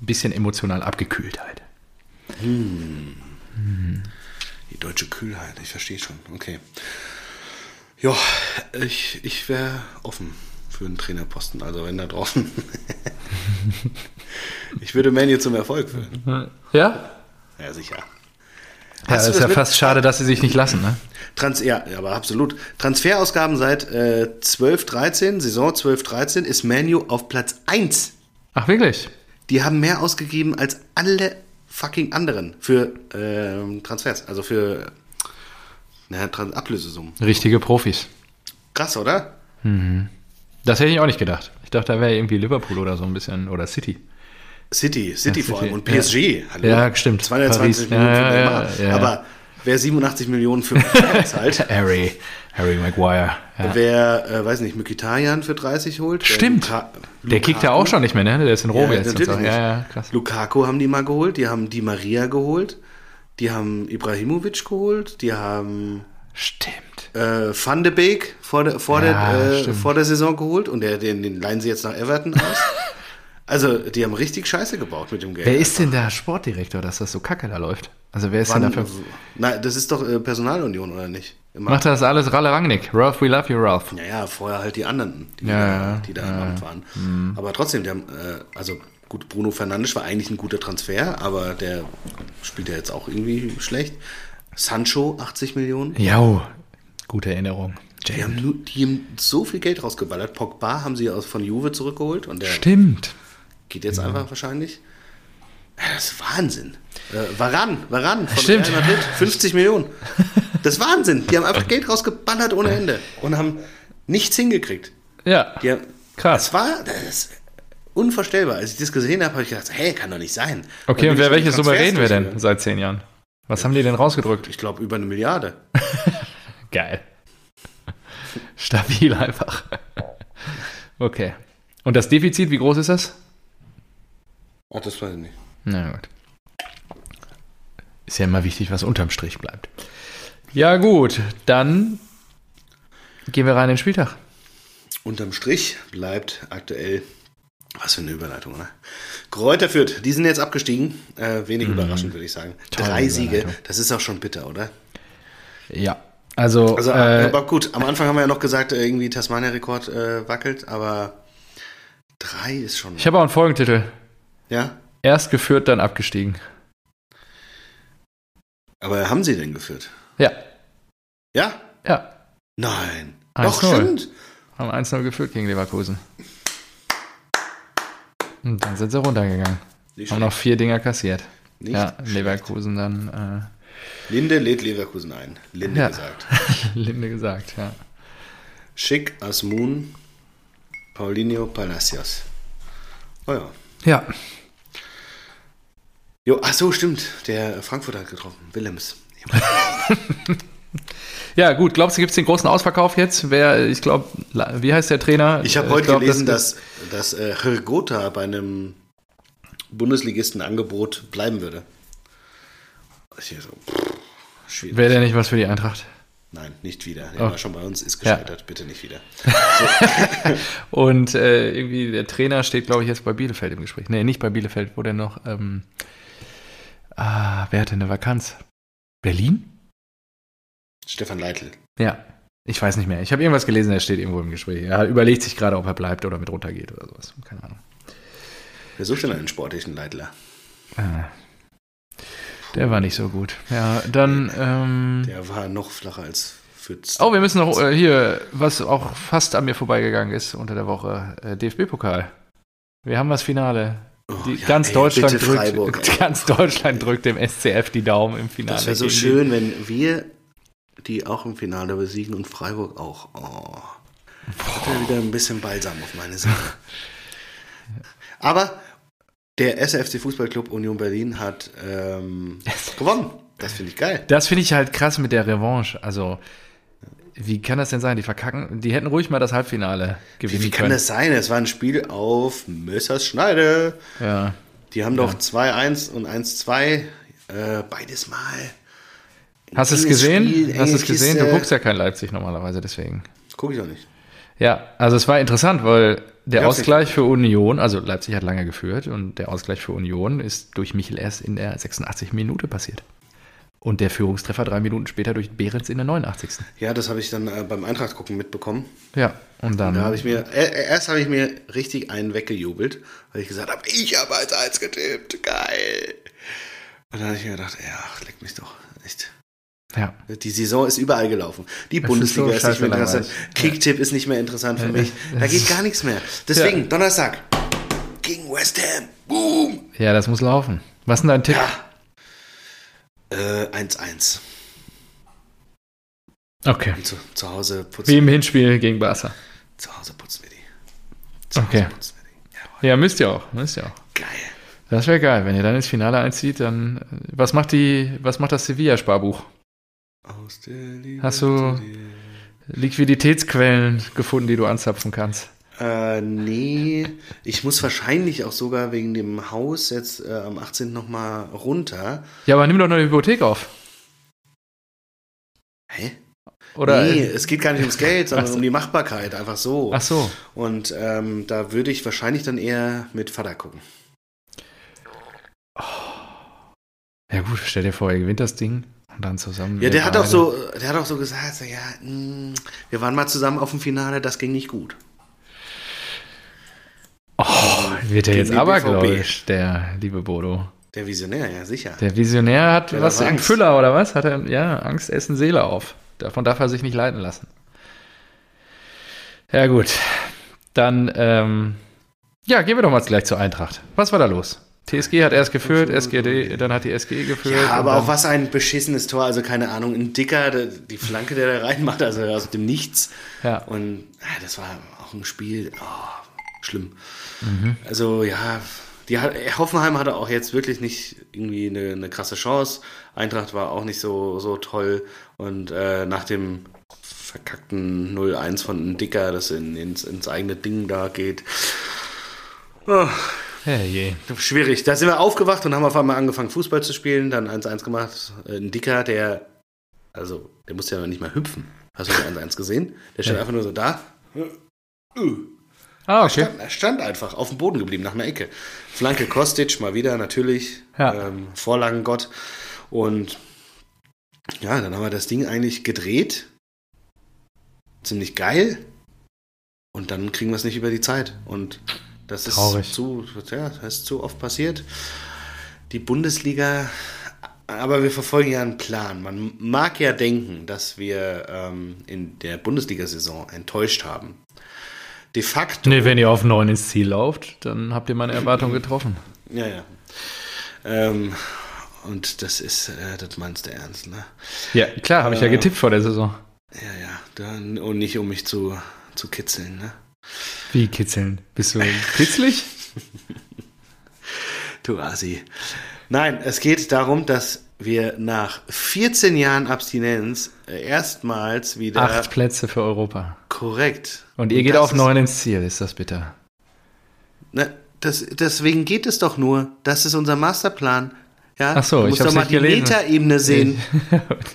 [SPEAKER 2] ein bisschen emotional abgekühlt halt.
[SPEAKER 1] Die deutsche Kühlheit, ich verstehe schon. Okay. Ja, ich, ich wäre offen für einen Trainerposten, also wenn da draußen. ich würde Manu zum Erfolg führen.
[SPEAKER 2] Ja?
[SPEAKER 1] Ja, sicher.
[SPEAKER 2] Ja,
[SPEAKER 1] Hast du
[SPEAKER 2] ist
[SPEAKER 1] das
[SPEAKER 2] ja
[SPEAKER 1] mit-
[SPEAKER 2] fast schade, dass sie sich nicht lassen, ne?
[SPEAKER 1] Trans ja, aber absolut. Transferausgaben seit äh, 12, 13, Saison 12, 13 ist Manu auf Platz 1.
[SPEAKER 2] Ach, wirklich?
[SPEAKER 1] Die haben mehr ausgegeben als alle fucking anderen für ähm, Transfers, also für naja, Trans Ablösesummen.
[SPEAKER 2] Richtige Profis.
[SPEAKER 1] Krass, oder?
[SPEAKER 2] Das hätte ich auch nicht gedacht. Ich dachte, da wäre irgendwie Liverpool oder so ein bisschen oder City.
[SPEAKER 1] City, City vor
[SPEAKER 2] City,
[SPEAKER 1] allem und
[SPEAKER 2] ja.
[SPEAKER 1] PSG. Hallo.
[SPEAKER 2] Ja, stimmt.
[SPEAKER 1] 220
[SPEAKER 2] Paris.
[SPEAKER 1] Millionen
[SPEAKER 2] Ja,
[SPEAKER 1] für
[SPEAKER 2] ja,
[SPEAKER 1] Neymar.
[SPEAKER 2] ja, ja.
[SPEAKER 1] Aber Wer 87 Millionen für Maguire zahlt,
[SPEAKER 2] Harry, Harry Maguire. Ja.
[SPEAKER 1] wer, äh, weiß nicht, Mkhitaryan für 30 holt. wer
[SPEAKER 2] Stimmt.
[SPEAKER 1] Luka-
[SPEAKER 2] Der kickt ja
[SPEAKER 1] Lukaku-
[SPEAKER 2] auch schon nicht mehr, ne? Der ist in Rom
[SPEAKER 1] Ja,
[SPEAKER 2] jetzt. und
[SPEAKER 1] natürlich
[SPEAKER 2] so.
[SPEAKER 1] nicht.
[SPEAKER 2] ja, ja, krass.
[SPEAKER 1] Lukaku haben die mal geholt, die haben Di Maria geholt, die haben Ibrahimovic geholt, die haben
[SPEAKER 2] Stimmt.
[SPEAKER 1] äh, Van de Beek vor der, vor,
[SPEAKER 2] Ja,
[SPEAKER 1] der, äh,
[SPEAKER 2] stimmt.
[SPEAKER 1] vor der Saison geholt und der, den, den leihen sie jetzt nach Everton aus. also, die haben richtig Scheiße gebaut mit dem Geld.
[SPEAKER 2] Wer ist denn der Sportdirektor, dass das so kacke da läuft? Also wer ist denn
[SPEAKER 1] Wann-
[SPEAKER 2] dafür?
[SPEAKER 1] Nein, das ist doch äh, Personalunion, oder nicht? Immer.
[SPEAKER 2] Macht das alles Ralle Rangnick. Ralph, we love you, Ralph.
[SPEAKER 1] Naja, vorher halt die anderen, die
[SPEAKER 2] Ja,
[SPEAKER 1] da,
[SPEAKER 2] ja, Mhm.
[SPEAKER 1] die da im Amt waren. Aber trotzdem, der, äh, also gut, Bruno Fernandes war eigentlich ein guter Transfer, aber der spielt ja jetzt auch irgendwie schlecht. Sancho, 80 Millionen.
[SPEAKER 2] Jau, gute Erinnerung.
[SPEAKER 1] Die haben, nur, die haben so viel Geld rausgeballert. Pogba haben sie aus, von Juve zurückgeholt und der
[SPEAKER 2] Stimmt.
[SPEAKER 1] geht jetzt einfach wahrscheinlich. Ja, Das ist Wahnsinn. Äh, Varan, Varan von
[SPEAKER 2] Stimmt.
[SPEAKER 1] Real Madrid, 50 Millionen. Das ist Wahnsinn. Die haben einfach Geld rausgeballert ohne Ende und haben nichts hingekriegt.
[SPEAKER 2] Ja.
[SPEAKER 1] Ja, Also,
[SPEAKER 2] Krass.
[SPEAKER 1] Das war das ist unvorstellbar. Als ich das gesehen habe, habe ich gedacht, hey, kann doch nicht sein.
[SPEAKER 2] Okay,
[SPEAKER 1] Dann bin
[SPEAKER 2] und
[SPEAKER 1] ich
[SPEAKER 2] wer
[SPEAKER 1] in die
[SPEAKER 2] welche Summe
[SPEAKER 1] Transfers
[SPEAKER 2] reden wir denn
[SPEAKER 1] durchgegangen.
[SPEAKER 2] seit zehn Jahren? Was haben die denn rausgedrückt?
[SPEAKER 1] Ich glaube, über eine Milliarde.
[SPEAKER 2] Geil. Stabil einfach. Okay. Und das Defizit, wie groß ist das?
[SPEAKER 1] Ach, das weiß ich nicht.
[SPEAKER 2] Na gut. Ist ja immer wichtig, was unterm Strich bleibt. Ja, gut, dann gehen wir rein in den Spieltag.
[SPEAKER 1] Unterm Strich bleibt aktuell, was für eine Überleitung, oder? Kräuter führt, die sind jetzt abgestiegen. Äh, wenig überraschend, würde ich sagen.
[SPEAKER 2] Mhm. Tolle
[SPEAKER 1] Drei Siege,
[SPEAKER 2] Überleitung.
[SPEAKER 1] das ist auch schon bitter, oder?
[SPEAKER 2] Ja. Also,
[SPEAKER 1] Also, äh,
[SPEAKER 2] äh,
[SPEAKER 1] aber gut, am Anfang haben wir ja noch gesagt, äh, irgendwie Tasmania-Rekord äh, wackelt, aber drei ist schon.
[SPEAKER 2] ich habe auch einen Folgentitel.
[SPEAKER 1] Ja?
[SPEAKER 2] Erst geführt, dann abgestiegen.
[SPEAKER 1] Aber haben sie denn geführt?
[SPEAKER 2] Ja,
[SPEAKER 1] Ja?
[SPEAKER 2] ja.
[SPEAKER 1] Nein.
[SPEAKER 2] 1-0.
[SPEAKER 1] Doch, stimmt.
[SPEAKER 2] Haben 1-0 geführt gegen Leverkusen. Und dann sind sie runtergegangen.
[SPEAKER 1] Nicht
[SPEAKER 2] Haben
[SPEAKER 1] schlecht.
[SPEAKER 2] noch vier Dinger kassiert.
[SPEAKER 1] Nicht
[SPEAKER 2] ja, Leverkusen dann äh,
[SPEAKER 1] Linde lädt Leverkusen ein. Linde
[SPEAKER 2] Ja.
[SPEAKER 1] gesagt.
[SPEAKER 2] äh, Linde gesagt, ja.
[SPEAKER 1] Schick, Asmun, Paulinho, Palacios. Oh ja.
[SPEAKER 2] Ja.
[SPEAKER 1] Jo, ach so, stimmt. Der Frankfurter hat getroffen. Willems.
[SPEAKER 2] Ja, gut, glaubst du, gibt es den großen Ausverkauf jetzt? Wer, ich glaube, wie heißt der Trainer? Äh,
[SPEAKER 1] Äh, Ich habe heute
[SPEAKER 2] glaub,
[SPEAKER 1] gelesen,
[SPEAKER 2] das-
[SPEAKER 1] dass, dass äh, Hergota bei einem Bundesligisten-Angebot bleiben würde. Ich hier so, pff, schwierig.
[SPEAKER 2] Wäre der nicht was für die Eintracht?
[SPEAKER 1] Nein, nicht wieder. Der war schon bei uns, ist gescheitert. Bitte nicht wieder.
[SPEAKER 2] Und äh, irgendwie der Trainer steht, glaube ich, jetzt bei Bielefeld im Gespräch. Nee, nicht bei Bielefeld, wo der noch. Ähm, ah, wer hat denn eine Vakanz? Berlin?
[SPEAKER 1] Stefan Leitl.
[SPEAKER 2] Ja. Ich weiß nicht mehr. Ich habe irgendwas gelesen, der steht irgendwo im Gespräch. Er überlegt sich gerade, ob er bleibt oder mit runtergeht oder sowas. Keine Ahnung.
[SPEAKER 1] Wer sucht denn einen sportlichen Leitler?
[SPEAKER 2] Ah. Der war nicht so gut. Ja, dann. Ähm,
[SPEAKER 1] Der war noch flacher als Fürth.
[SPEAKER 2] Oh, wir müssen noch äh, hier, was auch fast an mir vorbeigegangen ist unter der Woche, äh, DFB-Pokal. Wir haben das Finale.
[SPEAKER 1] Oh,
[SPEAKER 2] Die,
[SPEAKER 1] ja,
[SPEAKER 2] ganz,
[SPEAKER 1] ey,
[SPEAKER 2] Deutschland
[SPEAKER 1] bitte
[SPEAKER 2] drückt,
[SPEAKER 1] Freiburg, ey.
[SPEAKER 2] ganz Deutschland drückt dem SCF die Daumen im Finale.
[SPEAKER 1] Das wäre so
[SPEAKER 2] gegen die-
[SPEAKER 1] schön, wenn wir die auch im Finale besiegen und Freiburg auch. Oh. Hat ja wieder ein bisschen Balsam auf meine Sache. Aber der SFC Fußballclub Union Berlin hat ähm, gewonnen. Das finde ich geil.
[SPEAKER 2] Das finde ich halt krass mit der Revanche. Also, wie kann das denn sein? Die verkacken, die hätten ruhig mal das Halbfinale gewinnen
[SPEAKER 1] Wie, wie kann
[SPEAKER 2] können.
[SPEAKER 1] das sein? Es war ein Spiel auf Mössers Schneide.
[SPEAKER 2] Ja.
[SPEAKER 1] Die haben doch 2-1 und 1-2. Äh, beides mal.
[SPEAKER 2] Hast du es
[SPEAKER 1] Enges
[SPEAKER 2] gesehen?
[SPEAKER 1] Spiel, äh,
[SPEAKER 2] Hast du
[SPEAKER 1] enge
[SPEAKER 2] es gesehen? Du
[SPEAKER 1] Kiste.
[SPEAKER 2] guckst ja kein Leipzig normalerweise, deswegen.
[SPEAKER 1] Guck ich doch nicht.
[SPEAKER 2] Ja, also es war interessant, weil der
[SPEAKER 1] Ja,
[SPEAKER 2] Ausgleich für Union, also Leipzig hat lange geführt und der Ausgleich für Union ist durch Michel erst in der 86. Minute passiert. Und der Führungstreffer drei Minuten später durch Behrens in der 89.
[SPEAKER 1] Ja, das habe ich dann äh, beim Eintracht gucken mitbekommen.
[SPEAKER 2] Ja, und dann.
[SPEAKER 1] Da habe ich mir, äh, äh, erst habe ich mir richtig einen weggejubelt, weil ich gesagt habe, ich habe als eins getippt, geil. Und dann habe ich mir gedacht, ja, ach, leck mich doch, echt.
[SPEAKER 2] ja.
[SPEAKER 1] Die Saison ist überall gelaufen. Die
[SPEAKER 2] Es
[SPEAKER 1] Bundesliga
[SPEAKER 2] ist
[SPEAKER 1] ist,
[SPEAKER 2] so
[SPEAKER 1] nicht mehr
[SPEAKER 2] scheiße
[SPEAKER 1] interessant. Kicktipp ist nicht mehr interessant für mich. Da geht gar nichts mehr. Deswegen, Donnerstag gegen West Ham. Boom.
[SPEAKER 2] ja, das muss laufen. Was ist denn dein Tipp?
[SPEAKER 1] Ja. Äh, 1-1.
[SPEAKER 2] Okay.
[SPEAKER 1] Und zu, zu Hause putzen.
[SPEAKER 2] Wie im Hinspiel gegen Barca.
[SPEAKER 1] Zu Hause putzen wir die. Zu
[SPEAKER 2] Okay.
[SPEAKER 1] Hause putzen wir die. Jawohl.
[SPEAKER 2] Ja, müsst ihr auch. Müsst ihr auch.
[SPEAKER 1] Geil.
[SPEAKER 2] Das wäre geil, wenn ihr dann ins Finale einzieht, dann. äh, Was macht die, was macht das Sevilla-Sparbuch?
[SPEAKER 1] Aus der Liebe
[SPEAKER 2] Hast du
[SPEAKER 1] zu dir.
[SPEAKER 2] Liquiditätsquellen gefunden, die du anzapfen kannst?
[SPEAKER 1] Äh, nee, ich muss wahrscheinlich auch sogar wegen dem Haus jetzt äh, am 18. nochmal runter.
[SPEAKER 2] Ja, aber nimm doch noch eine Hypothek auf.
[SPEAKER 1] Hä?
[SPEAKER 2] Oder?
[SPEAKER 1] nee,
[SPEAKER 2] äh,
[SPEAKER 1] es geht gar nicht ums Geld, sondern
[SPEAKER 2] Ach so.
[SPEAKER 1] um die Machbarkeit, einfach so.
[SPEAKER 2] Ach so.
[SPEAKER 1] Und ähm, da würde ich wahrscheinlich dann eher mit Vater gucken.
[SPEAKER 2] Ja gut, stell dir vor, ihr gewinnt das Ding und dann zusammen.
[SPEAKER 1] Ja, der hat auch
[SPEAKER 2] beide.
[SPEAKER 1] so, der hat auch so gesagt, so, ja, mh, wir waren mal zusammen auf dem Finale, das ging nicht gut.
[SPEAKER 2] Oh, wird er
[SPEAKER 1] Gegen
[SPEAKER 2] jetzt
[SPEAKER 1] den E
[SPEAKER 2] abergläubisch, der liebe Bodo.
[SPEAKER 1] Der Visionär, ja sicher.
[SPEAKER 2] Der Visionär hat
[SPEAKER 1] Der hat
[SPEAKER 2] was
[SPEAKER 1] aber
[SPEAKER 2] im
[SPEAKER 1] Angst.
[SPEAKER 2] Füller oder was? Hat er ja Angst, Essen, Seele auf. Davon darf er sich nicht leiten lassen. Ja gut, dann ähm, ja, gehen wir doch mal gleich zur Eintracht. Was war da los? TSG hat erst geführt, SGD, dann hat die SG geführt.
[SPEAKER 1] ja,
[SPEAKER 2] und
[SPEAKER 1] aber
[SPEAKER 2] dann,
[SPEAKER 1] auch was ein beschissenes Tor, also keine Ahnung, ein Dicker, der, die Flanke, der da reinmacht, also aus dem Nichts.
[SPEAKER 2] Ja.
[SPEAKER 1] Und ah, das war auch ein Spiel, oh, schlimm.
[SPEAKER 2] Mhm.
[SPEAKER 1] Also ja, die, hat- Hoffenheim hatte auch jetzt wirklich nicht irgendwie eine, eine krasse Chance. Eintracht war auch nicht so, so toll. Und äh, nach dem verkackten 0-1 von ein Dicker, das in, ins, ins eigene Ding da geht. Oh,
[SPEAKER 2] Herrje.
[SPEAKER 1] Schwierig. Da sind wir aufgewacht und haben auf einmal angefangen, Fußball zu spielen, dann 1-1 gemacht. Äh, Ein Dicker, der, also, der musste ja noch nicht mal hüpfen. Hast du das 1-1 gesehen? Der stand
[SPEAKER 2] Nee.
[SPEAKER 1] einfach nur so da. Äh,
[SPEAKER 2] Ah, okay.
[SPEAKER 1] Er stand einfach auf dem Boden geblieben, nach einer Ecke. Flanke Kostic, mal wieder, natürlich.
[SPEAKER 2] Ja.
[SPEAKER 1] Ähm, Vorlagengott. Und ja, dann haben wir das Ding eigentlich gedreht. Ziemlich geil. Und dann kriegen wir es nicht über die Zeit. Und das ist
[SPEAKER 2] Traurig.
[SPEAKER 1] zu, ja, das ist zu oft passiert. Die Bundesliga, aber wir verfolgen ja einen Plan. Man mag ja denken, dass wir ähm, in der Bundesliga-Saison enttäuscht haben. De facto
[SPEAKER 2] Nee, wenn ihr auf 9 ins Ziel lauft, dann habt ihr meine Erwartung getroffen.
[SPEAKER 1] Ja, ja. Ähm, und das ist, äh, das meinst du ernst, ne?
[SPEAKER 2] Ja, klar, habe ich ja
[SPEAKER 1] Äh,
[SPEAKER 2] getippt vor der Saison.
[SPEAKER 1] Ja, ja. Dann, und nicht, um mich zu, zu kitzeln, ne?
[SPEAKER 2] Wie kitzeln? Bist du kitzlig?
[SPEAKER 1] Du Asi. Nein, es geht darum, dass wir nach 14 Jahren Abstinenz äh, erstmals wieder
[SPEAKER 2] Acht Plätze für Europa.
[SPEAKER 1] korrekt.
[SPEAKER 2] Und ihr geht
[SPEAKER 1] das
[SPEAKER 2] auf
[SPEAKER 1] ist-
[SPEAKER 2] neun ins Ziel, ist das bitter.
[SPEAKER 1] Ne, das, deswegen geht es doch nur. Das ist unser Masterplan. Ja,
[SPEAKER 2] Ach so,
[SPEAKER 1] du
[SPEAKER 2] ich
[SPEAKER 1] musst
[SPEAKER 2] hab's
[SPEAKER 1] doch mal
[SPEAKER 2] nicht
[SPEAKER 1] die
[SPEAKER 2] gelesen.
[SPEAKER 1] Metaebene sehen.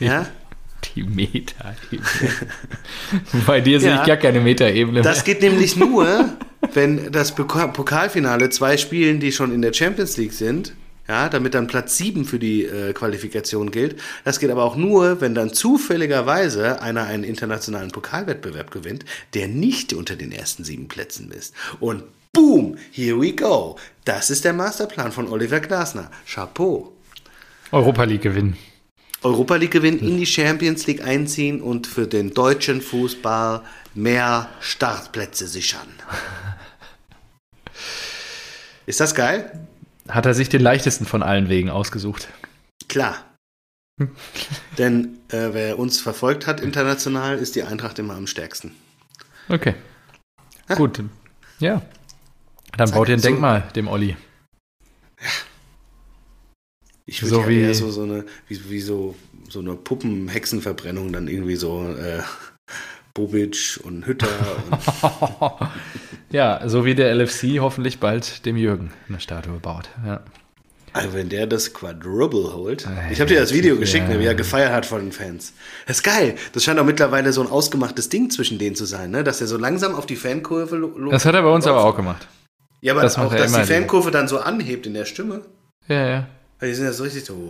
[SPEAKER 2] die,
[SPEAKER 1] ja?
[SPEAKER 2] die Metaebene. Bei dir sehe
[SPEAKER 1] Ja.
[SPEAKER 2] ich gar keine Metaebene
[SPEAKER 1] Das geht nämlich nur, wenn das Poka- Pokalfinale zwei Spielen, die schon in der Champions League sind, ja, damit dann Platz 7 für die äh, Qualifikation gilt. Das geht aber auch nur, wenn dann zufälligerweise einer einen internationalen Pokalwettbewerb gewinnt, der nicht unter den ersten sieben Plätzen ist. Und boom, here we go. Das ist der Masterplan von Oliver Glasner. Chapeau.
[SPEAKER 2] mehr. Europa League gewinnen.
[SPEAKER 1] Europa League gewinnen, in die Champions League einziehen und für den deutschen Fußball mehr Startplätze sichern. Ist das geil?
[SPEAKER 2] Hat er sich den leichtesten von allen Wegen ausgesucht.
[SPEAKER 1] Klar. Denn äh, wer uns verfolgt hat international, ist die Eintracht immer am stärksten.
[SPEAKER 2] Okay. Gut. Ja. Dann baut ihr ein
[SPEAKER 1] So.
[SPEAKER 2] Denkmal, dem Olli.
[SPEAKER 1] Ich würde
[SPEAKER 2] So
[SPEAKER 1] ja
[SPEAKER 2] wie-
[SPEAKER 1] eher so, so eine, wie, wie so, so eine Puppen-Hexenverbrennung dann irgendwie so äh, Bobic und Hütter und
[SPEAKER 2] ja, so wie der LFC hoffentlich bald dem Jürgen eine Statue baut. Ja.
[SPEAKER 1] Also wenn der das Quadruple holt.
[SPEAKER 2] Ey,
[SPEAKER 1] Ich habe dir das Video geschickt,
[SPEAKER 2] ja.
[SPEAKER 1] ne, wie er gefeiert hat von den Fans. Das ist geil. Das scheint auch mittlerweile so ein ausgemachtes Ding zwischen denen zu sein, ne? dass er so langsam auf die Fankurve lo- lo-
[SPEAKER 2] Das hat er bei uns aber auch gemacht.
[SPEAKER 1] Ja, aber
[SPEAKER 2] das macht
[SPEAKER 1] auch,
[SPEAKER 2] er
[SPEAKER 1] dass die
[SPEAKER 2] immer,
[SPEAKER 1] Fankurve dann so anhebt in der Stimme.
[SPEAKER 2] Ja, ja.
[SPEAKER 1] Weil die sind ja so richtig so.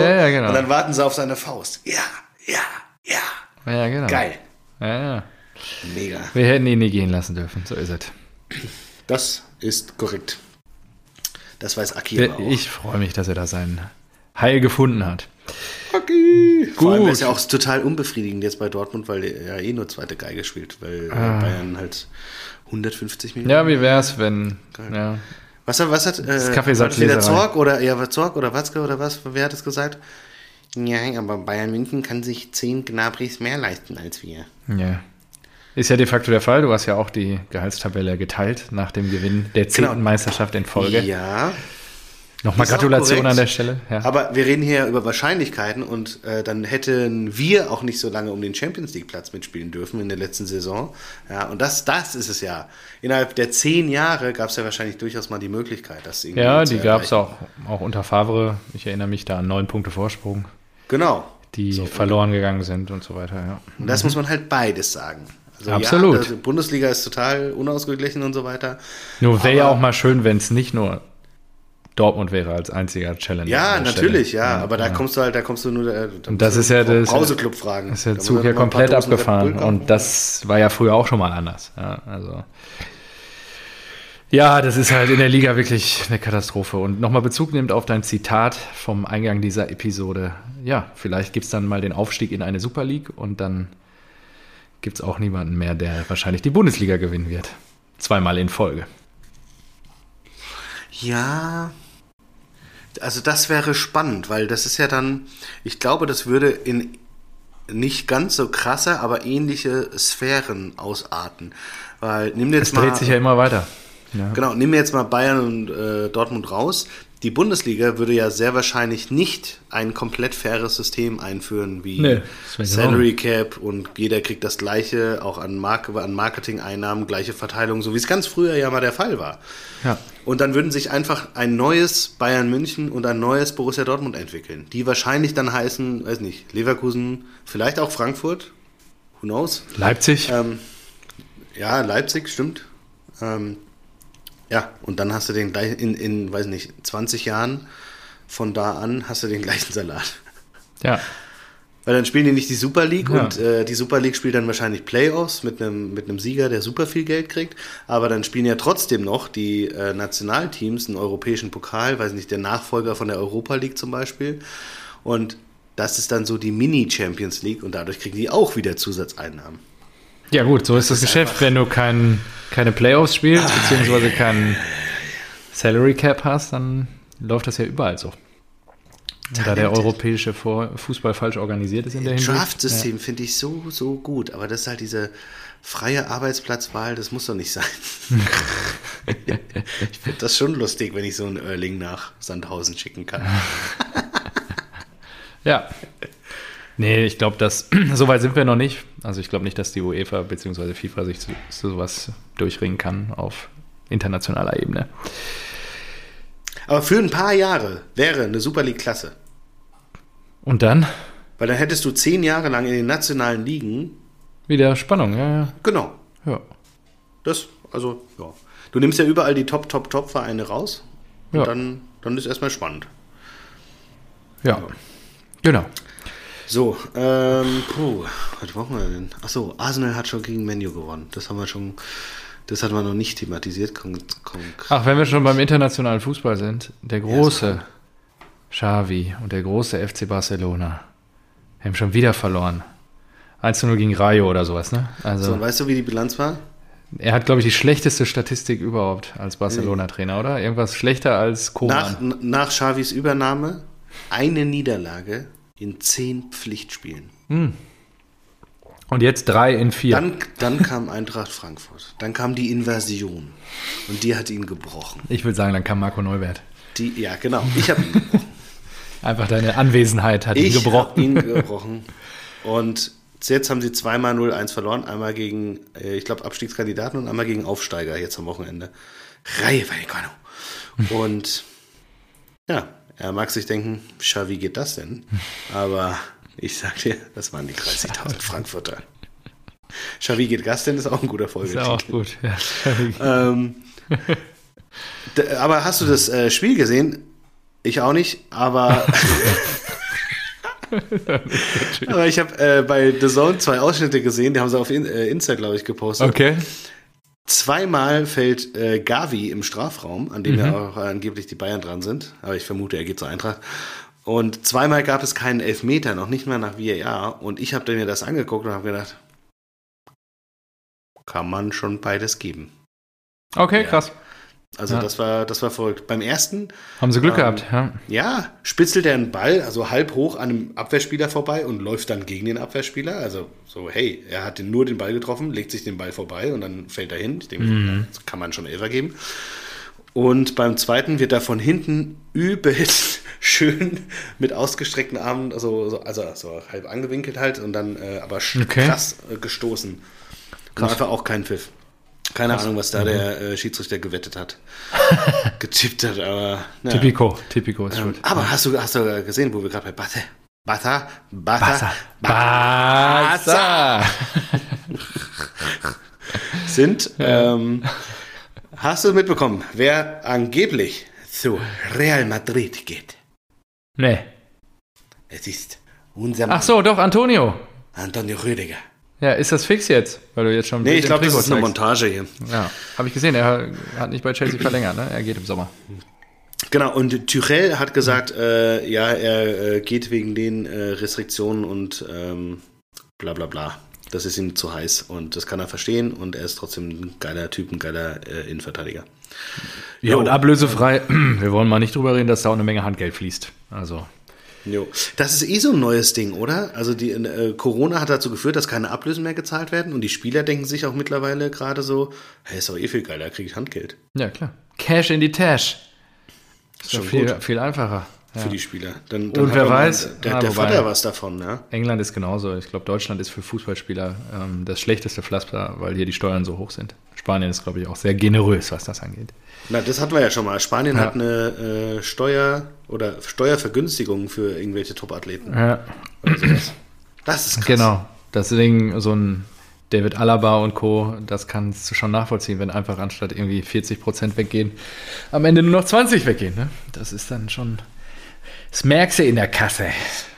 [SPEAKER 2] Ja, ja, genau.
[SPEAKER 1] Und dann warten sie auf seine Faust. Ja, ja, ja.
[SPEAKER 2] Ja, genau.
[SPEAKER 1] Geil.
[SPEAKER 2] Ja, ja.
[SPEAKER 1] Mega.
[SPEAKER 2] Wir hätten ihn nie gehen lassen dürfen. So ist es.
[SPEAKER 1] Das ist korrekt. Das weiß Aki aber auch.
[SPEAKER 2] Ich freue mich, dass er da sein Heil gefunden hat.
[SPEAKER 1] Hockey. Vor allem
[SPEAKER 2] Gut.
[SPEAKER 1] wäre es ja auch total unbefriedigend jetzt bei Dortmund, weil er eh nur zweite Geige spielt, weil äh, Bayern halt 150 Millionen.
[SPEAKER 2] Ah. Ja, wie wär's, wenn. Ja.
[SPEAKER 1] Was, hat- was hat äh,
[SPEAKER 2] Kaffeesatzleserei.
[SPEAKER 1] war das wieder Zorg oder ja, war Zorg oder Watzke oder was? Wer hat es gesagt? Ja, aber Bayern München kann sich 10 Gnabrys mehr leisten als wir.
[SPEAKER 2] ja. Ist ja de facto der Fall. Du hast ja auch die Gehaltstabelle geteilt nach dem Gewinn der zehnten
[SPEAKER 1] Genau.
[SPEAKER 2] Meisterschaft in Folge.
[SPEAKER 1] Ja.
[SPEAKER 2] Nochmal
[SPEAKER 1] Ist auch
[SPEAKER 2] Gratulation
[SPEAKER 1] korrekt.
[SPEAKER 2] an der Stelle. Ja.
[SPEAKER 1] Aber wir reden hier über Wahrscheinlichkeiten und äh, dann hätten wir auch nicht so lange um den Champions League Platz mitspielen dürfen in der letzten Saison. Ja, und das, das ist es ja. Innerhalb der zehn Jahre gab es ja wahrscheinlich durchaus mal die Möglichkeit, das irgendwie
[SPEAKER 2] Ja,
[SPEAKER 1] zu
[SPEAKER 2] die gab es
[SPEAKER 1] erreichen.
[SPEAKER 2] auch, auch unter Favre. Ich erinnere mich da an neun Punkte Vorsprung,
[SPEAKER 1] Genau.
[SPEAKER 2] die verloren gegangen sind und so weiter. Ja.
[SPEAKER 1] Und das muss man halt beides sagen. Also,
[SPEAKER 2] Mhm. Absolut.
[SPEAKER 1] Ja, das- Bundesliga ist total unausgeglichen und so weiter.
[SPEAKER 2] Nur wäre ja
[SPEAKER 1] Aber-
[SPEAKER 2] auch mal schön, wenn es nicht nur Dortmund wäre als einziger Challenge.
[SPEAKER 1] Ja,
[SPEAKER 2] an der
[SPEAKER 1] natürlich,
[SPEAKER 2] Stelle.
[SPEAKER 1] ja. Aber da kommst du halt, da kommst du nur. Da, da
[SPEAKER 2] Und das
[SPEAKER 1] musst
[SPEAKER 2] ist
[SPEAKER 1] du
[SPEAKER 2] ja
[SPEAKER 1] vom
[SPEAKER 2] das-
[SPEAKER 1] Brauseclub fragen.
[SPEAKER 2] Ist der
[SPEAKER 1] Da
[SPEAKER 2] Zug
[SPEAKER 1] muss
[SPEAKER 2] ja
[SPEAKER 1] man mal ein paar
[SPEAKER 2] komplett
[SPEAKER 1] Dosen Red Bull
[SPEAKER 2] abgefahren
[SPEAKER 1] kaufen.
[SPEAKER 2] und das war ja früher auch schon mal anders. Ja, also. Ja, das ist halt in der Liga wirklich eine Katastrophe. Und nochmal Bezug nimmt auf dein Zitat vom Eingang dieser Episode. Ja, vielleicht gibt es dann mal den Aufstieg in eine Super League und dann gibt es auch niemanden mehr, der wahrscheinlich die Bundesliga gewinnen wird. Zweimal in Folge.
[SPEAKER 1] Ja. Also das wäre spannend, weil das ist ja dann, ich glaube, das würde in nicht ganz so krasse, aber ähnliche Sphären ausarten. Weil nimm jetzt
[SPEAKER 2] Es
[SPEAKER 1] mal
[SPEAKER 2] dreht sich ja immer weiter. Ja.
[SPEAKER 1] genau, nimm jetzt mal Bayern und äh, Dortmund raus. Die Bundesliga würde ja sehr wahrscheinlich nicht ein komplett faires System einführen wie
[SPEAKER 2] Nee, das wäre
[SPEAKER 1] Salary Cap und jeder kriegt das gleiche, auch an, Mark an Marketing-Einnahmen, gleiche Verteilung, so wie es ganz früher ja mal der Fall war.
[SPEAKER 2] Ja.
[SPEAKER 1] Und dann würden sich einfach ein neues Bayern München und ein neues Borussia Dortmund entwickeln, die wahrscheinlich dann heißen, weiß nicht, Leverkusen, vielleicht auch Frankfurt, who knows?
[SPEAKER 2] Leipzig.
[SPEAKER 1] Ähm, ja, Leipzig, stimmt. Ähm, ja, und dann hast du den gleichen, in, in, weiß nicht, 20 Jahren von da an hast du den gleichen Salat.
[SPEAKER 2] Ja.
[SPEAKER 1] Weil dann spielen die nicht die Super League
[SPEAKER 2] Ja.
[SPEAKER 1] und äh, die Super League spielt dann wahrscheinlich Playoffs mit einem mit einem Sieger, der super viel Geld kriegt. Aber dann spielen ja trotzdem noch die äh, Nationalteams einen europäischen Pokal, weiß nicht, der Nachfolger von der Europa League zum Beispiel. Und das ist dann so die Mini-Champions League und dadurch kriegen die auch wieder Zusatzeinnahmen.
[SPEAKER 2] Ja, gut, so ist das Geschäft. Wenn du kein, keine Playoffs spielst, beziehungsweise keinen Salary Cap hast, dann läuft das ja überall so. Und da der
[SPEAKER 1] Talente.
[SPEAKER 2] europäische Vor- Fußball falsch organisiert ist in der Hinsicht.
[SPEAKER 1] Draft-System finde ich so, so gut, aber das ist halt diese freie Arbeitsplatzwahl, das muss doch nicht sein. ich finde das schon lustig, wenn ich so einen Erling nach Sandhausen schicken kann.
[SPEAKER 2] Ja. Nee, ich glaube, dass so weit sind wir noch nicht. Also ich glaube nicht, dass die UEFA bzw. FIFA sich zu, zu sowas durchringen kann auf internationaler Ebene.
[SPEAKER 1] Aber für ein paar Jahre wäre eine Super League klasse.
[SPEAKER 2] Und dann
[SPEAKER 1] Weil dann hättest du zehn Jahre lang in den nationalen Ligen,
[SPEAKER 2] wieder Spannung, ja, ja.
[SPEAKER 1] genau,
[SPEAKER 2] Ja,
[SPEAKER 1] das, also, ja. Du nimmst ja überall die Top, Top, Top-Vereine raus und
[SPEAKER 2] ja.
[SPEAKER 1] dann, dann ist erstmal spannend.
[SPEAKER 2] ja. genau.
[SPEAKER 1] So, ähm, puh, was brauchen wir denn? Achso, Arsenal hat schon gegen Menu gewonnen. Das haben wir schon, das hat man noch nicht thematisiert. Kon kon
[SPEAKER 2] Ach, wenn wir schon beim internationalen Fußball sind, der große Xavi und der große FC Barcelona haben schon wieder verloren. 1 0 gegen Rayo oder sowas, ne?
[SPEAKER 1] so,
[SPEAKER 2] Also,
[SPEAKER 1] und weißt du, wie die Bilanz war?
[SPEAKER 2] er hat, glaube ich, die schlechteste Statistik überhaupt als Barcelona-Trainer, oder? Irgendwas schlechter als
[SPEAKER 1] Nach,
[SPEAKER 2] Koman.
[SPEAKER 1] n- nach Xavis Übernahme eine Niederlage in zehn Pflichtspielen.
[SPEAKER 2] Und jetzt 3 in 4.
[SPEAKER 1] Dann, dann kam Eintracht Frankfurt. Dann kam die Inversion. Und die hat ihn gebrochen.
[SPEAKER 2] Ich würde sagen, dann kam Marco Neuwert.
[SPEAKER 1] Die, ja, genau. Ich habe ihn gebrochen.
[SPEAKER 2] Einfach deine Anwesenheit hat ihn
[SPEAKER 1] Ich
[SPEAKER 2] gebrochen.
[SPEAKER 1] habe ihn gebrochen. Und jetzt haben sie zweimal 0-1 verloren. Einmal gegen, äh, ich glaube, Abstiegskandidaten und einmal gegen Aufsteiger jetzt am Wochenende. Reihe Vallecano. Und ja, er mag sich denken, Scha, wie geht das denn? Aber ich sag dir, das waren die 30.000 Frankfurter. Scha, wie geht das denn? Ist auch ein guter
[SPEAKER 2] Ist ja auch
[SPEAKER 1] Folgetitel.
[SPEAKER 2] gut. Ja.
[SPEAKER 1] Ähm, d- aber hast du das äh, Spiel gesehen? Ich auch nicht, aber. aber ich habe äh, bei The Zone zwei Ausschnitte gesehen, die haben sie auf In äh, Insta, glaube ich, gepostet.
[SPEAKER 2] Okay.
[SPEAKER 1] Zweimal fällt äh, Gavi im Strafraum, an dem ja auch äh, angeblich die Bayern dran sind, aber ich vermute, er geht zur Eintracht. Und zweimal gab es keinen Elfmeter, noch nicht mal nach VAR. Und ich habe mir das angeguckt und habe gedacht, kann man schon beides geben.
[SPEAKER 2] Okay,
[SPEAKER 1] Ja.
[SPEAKER 2] krass.
[SPEAKER 1] Also
[SPEAKER 2] Ja.
[SPEAKER 1] das war das war verrückt. Beim ersten,
[SPEAKER 2] Haben sie Glück
[SPEAKER 1] Ähm,
[SPEAKER 2] gehabt. Ja.
[SPEAKER 1] ja, spitzelt er einen Ball, also halb hoch an einem Abwehrspieler vorbei und läuft dann gegen den Abwehrspieler. Also so, hey, er hat den, nur den
[SPEAKER 2] Mhm.
[SPEAKER 1] Ball getroffen, legt sich den Ball vorbei und dann fällt er hin. Ich denke, das kann man schon Elfer geben. Und beim zweiten wird da von hinten übelst schön mit ausgestreckten Armen, also, so, also so halb angewinkelt halt und dann äh, aber sch-
[SPEAKER 2] Okay.
[SPEAKER 1] krass äh, gestoßen. Krass.
[SPEAKER 2] Krass. Mhm.
[SPEAKER 1] Einfach auch kein Pfiff. Keine Ahnung, was da der äh, Schiedsrichter gewettet hat. Getippt hat, aber. naja.
[SPEAKER 2] Typico, Typico ist
[SPEAKER 1] Ähm,
[SPEAKER 2] schuld.
[SPEAKER 1] aber hast du, hast du gesehen, wo wir gerade bei Bata, Bata, Bata,
[SPEAKER 2] Wasser. Wasser.
[SPEAKER 1] sind. Ähm, hast du mitbekommen, wer angeblich zu Real Madrid geht?
[SPEAKER 2] Nee.
[SPEAKER 1] Es ist unser
[SPEAKER 2] Ach so, doch, Antonio.
[SPEAKER 1] Antonio Rüdiger.
[SPEAKER 2] Ja, ist das fix jetzt? Weil du jetzt schon.
[SPEAKER 1] Nee,
[SPEAKER 2] mit
[SPEAKER 1] ich
[SPEAKER 2] dem
[SPEAKER 1] glaube, das
[SPEAKER 2] Trikot
[SPEAKER 1] ist eine
[SPEAKER 2] zeigst.
[SPEAKER 1] Montage hier.
[SPEAKER 2] Ja, habe ich gesehen. Er hat nicht bei Chelsea verlängert, ne? Er geht im Sommer.
[SPEAKER 1] Genau, und Tyrell hat gesagt, äh, ja, er äh, geht wegen den äh, Restriktionen und ähm, bla bla bla. Das ist ihm zu heiß und das kann er verstehen und er ist trotzdem ein geiler Typ, ein geiler äh, Innenverteidiger.
[SPEAKER 2] Ja,
[SPEAKER 1] Jo.
[SPEAKER 2] und ablösefrei. Wir wollen mal nicht drüber reden, dass da auch eine Menge Handgeld fließt. Also.
[SPEAKER 1] Jo. Das ist eh so ein neues Ding, oder? Also die äh, Corona hat dazu geführt, dass keine Ablösen mehr gezahlt werden und die Spieler denken sich auch mittlerweile gerade so, hey, ist doch eh viel geiler, kriege ich Handgeld
[SPEAKER 2] Ja, klar. Cash in die Tash. Ist
[SPEAKER 1] Schon
[SPEAKER 2] schon viel,
[SPEAKER 1] gut.
[SPEAKER 2] viel einfacher. Ja.
[SPEAKER 1] für die Spieler. Dann, dann
[SPEAKER 2] Und
[SPEAKER 1] hat
[SPEAKER 2] wer
[SPEAKER 1] doch mal
[SPEAKER 2] weiß,
[SPEAKER 1] der,
[SPEAKER 2] ah,
[SPEAKER 1] der
[SPEAKER 2] wobei-
[SPEAKER 1] Vater was davon, ja.
[SPEAKER 2] England ist genauso. Ich glaube, Deutschland ist für Fußballspieler ähm, das schlechteste Pflaster, weil hier die Steuern so hoch sind. Spanien ist, glaube ich, auch sehr generös, was das angeht.
[SPEAKER 1] Na, das hatten wir ja schon mal. Spanien
[SPEAKER 2] Ja.
[SPEAKER 1] hat eine äh, Steuer oder Steuervergünstigung für irgendwelche Top-Athleten.
[SPEAKER 2] Ja,
[SPEAKER 1] oder sowas. Das ist krass.
[SPEAKER 2] genau. Deswegen so ein David Alaba und Co., das kannst du schon nachvollziehen, wenn einfach anstatt irgendwie 40 Prozent weggehen, am Ende nur noch 20 weggehen. Ne? Das ist dann schon. Das merkst du in der Kasse.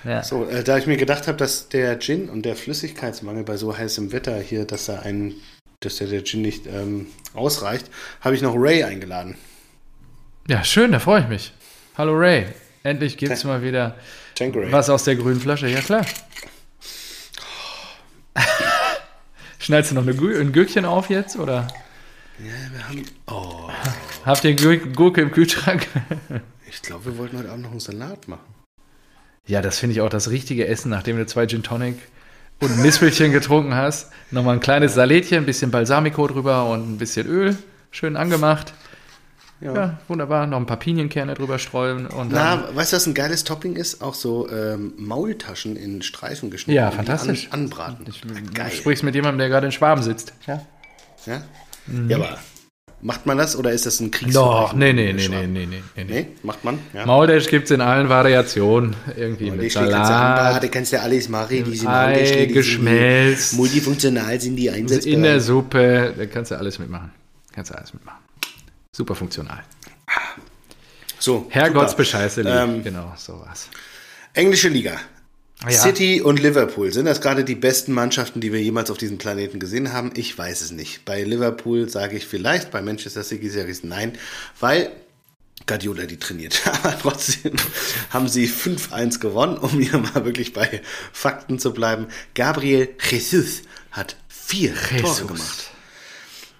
[SPEAKER 2] Ja.
[SPEAKER 1] So, äh, da ich mir gedacht habe, dass der Gin und der Flüssigkeitsmangel bei so heißem Wetter hier, dass da ein, dass der, der Gin nicht ähm, ausreicht, habe ich noch Ray eingeladen.
[SPEAKER 2] ja, schön, da freue ich mich. Hallo Ray. Endlich gibt es mal wieder
[SPEAKER 1] Tank Ray.
[SPEAKER 2] was aus der grünen Flasche. Ja, klar. Schneidest du noch eine Gür ein Gürkchen auf jetzt? Oder
[SPEAKER 1] Wir haben, oh,
[SPEAKER 2] habt ihr Gür Gurke im Kühlschrank?
[SPEAKER 1] ich glaube, wir wollten heute Abend noch einen Salat machen.
[SPEAKER 2] Ja, das finde ich auch das richtige Essen, nachdem du zwei Gin Tonic und ein Nispelchen getrunken hast. Nochmal ein kleines Salätchen, ein bisschen Balsamico drüber und ein bisschen Öl. Schön angemacht.
[SPEAKER 1] Ja.
[SPEAKER 2] Ja, wunderbar. Noch ein paar Pinienkerne drüber streuen und dann.
[SPEAKER 1] Na, weißt du, was ein geiles Topping ist? Auch so ähm, Maultaschen in Streifen geschnitten.
[SPEAKER 2] Ja,
[SPEAKER 1] und die
[SPEAKER 2] fantastisch.
[SPEAKER 1] An, anbraten. Ah,
[SPEAKER 2] du sprichst mit jemandem, der gerade in Schwaben sitzt. Ja.
[SPEAKER 1] Ja? ja, aber macht man das oder ist das ein
[SPEAKER 2] Mhm. Doch,
[SPEAKER 1] Kriegsverbrechen?
[SPEAKER 2] nee, nee, nee, nee,
[SPEAKER 1] Schwaben?
[SPEAKER 2] nee, nee, nee. nee.
[SPEAKER 1] Nee, macht man? Ja.
[SPEAKER 2] Mauldash gibt es in allen Variationen. Irgendwie
[SPEAKER 1] Und
[SPEAKER 2] mit
[SPEAKER 1] Oh, die kannst du anbraten,
[SPEAKER 2] Salat,
[SPEAKER 1] die kannst du alles machen, die sind
[SPEAKER 2] Ei,
[SPEAKER 1] angestellt, die sind
[SPEAKER 2] geschmelzt.
[SPEAKER 1] die- Multifunktional sind die
[SPEAKER 2] in der
[SPEAKER 1] einsetzbar.
[SPEAKER 2] Suppe. Da kannst du alles mitmachen. Kannst du alles mitmachen. Super funktional.
[SPEAKER 1] So,
[SPEAKER 2] Herrgottsbescheiße,
[SPEAKER 1] Ähm,
[SPEAKER 2] genau, sowas.
[SPEAKER 1] super. Englische Liga.
[SPEAKER 2] Ah Ja.
[SPEAKER 1] City und Liverpool, sind das gerade die besten Mannschaften, die wir jemals auf diesem Planeten gesehen haben? Ich weiß es nicht. Bei Liverpool sage ich vielleicht, bei Manchester City sage ich nein, weil Guardiola die trainiert. Aber trotzdem haben sie 5-1 gewonnen, um hier mal wirklich bei Fakten zu bleiben. Gabriel Jesus hat vier Tore gemacht.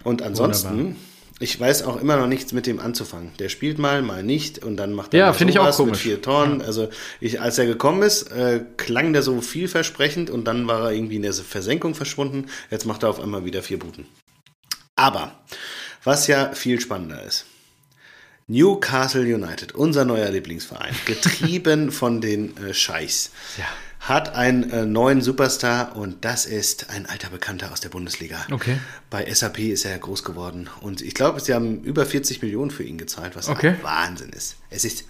[SPEAKER 1] Und ansonsten, ich weiß auch immer noch nichts mit dem anzufangen. Der spielt mal, mal nicht und dann macht er
[SPEAKER 2] Ja,
[SPEAKER 1] mal
[SPEAKER 2] finde ich auch
[SPEAKER 1] sowas mit
[SPEAKER 2] komisch.
[SPEAKER 1] vier Toren. Also ich, als er gekommen ist, äh, klang der so vielversprechend und dann war er irgendwie in der Versenkung verschwunden. Jetzt macht er auf einmal wieder vier Buden. Aber was ja viel spannender ist. Newcastle United, unser neuer Lieblingsverein, getrieben von den äh, Scheichs,
[SPEAKER 2] Ja.
[SPEAKER 1] hat einen äh, neuen Superstar und das ist ein alter Bekannter aus der Bundesliga.
[SPEAKER 2] Okay.
[SPEAKER 1] Bei SAP ist er ja groß geworden und ich glaube, sie haben über 40 Millionen für ihn gezahlt, was
[SPEAKER 2] Okay.
[SPEAKER 1] ein Wahnsinn ist. Es ist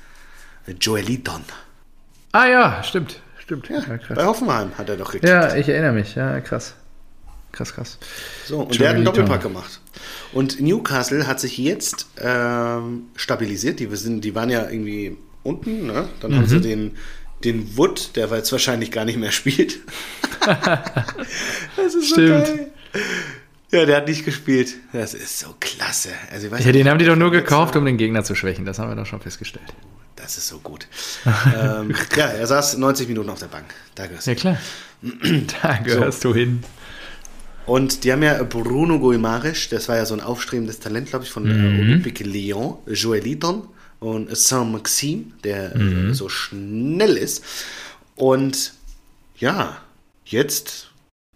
[SPEAKER 1] Joeliton.
[SPEAKER 2] Ah ja, stimmt, stimmt. Ja, krass.
[SPEAKER 1] Bei Hoffenheim hat er doch gekriegt.
[SPEAKER 2] ja ich erinnere mich, ja, krass. Krass, krass.
[SPEAKER 1] So, und der hat einen
[SPEAKER 2] Joeliton.
[SPEAKER 1] Doppelpack gemacht. Und Newcastle hat sich jetzt ähm, stabilisiert. Die, wir sind, die waren ja irgendwie unten, ne? Dann haben
[SPEAKER 2] Mhm.
[SPEAKER 1] sie den, den Wood, der jetzt wahrscheinlich gar nicht mehr spielt. das ist
[SPEAKER 2] Stimmt.
[SPEAKER 1] Ja, der hat nicht gespielt. Das ist so klasse. Also ich weiß
[SPEAKER 2] Ja,
[SPEAKER 1] nicht,
[SPEAKER 2] den haben die doch nur gekauft, um den Gegner zu schwächen. Das haben wir doch schon festgestellt.
[SPEAKER 1] das ist so gut. ähm, ja, er saß 90 Minuten auf der Bank. Da gehörst du.
[SPEAKER 2] Ja, klar. da gehörst du hin.
[SPEAKER 1] Und die haben ja Bruno Guimaraes, das war ja so ein aufstrebendes Talent, glaube ich, von
[SPEAKER 2] Mhm.
[SPEAKER 1] äh, Olympique Lyon, Joeliton und Saint-Maxime, der äh,
[SPEAKER 2] Mhm.
[SPEAKER 1] so schnell ist. Und ja, jetzt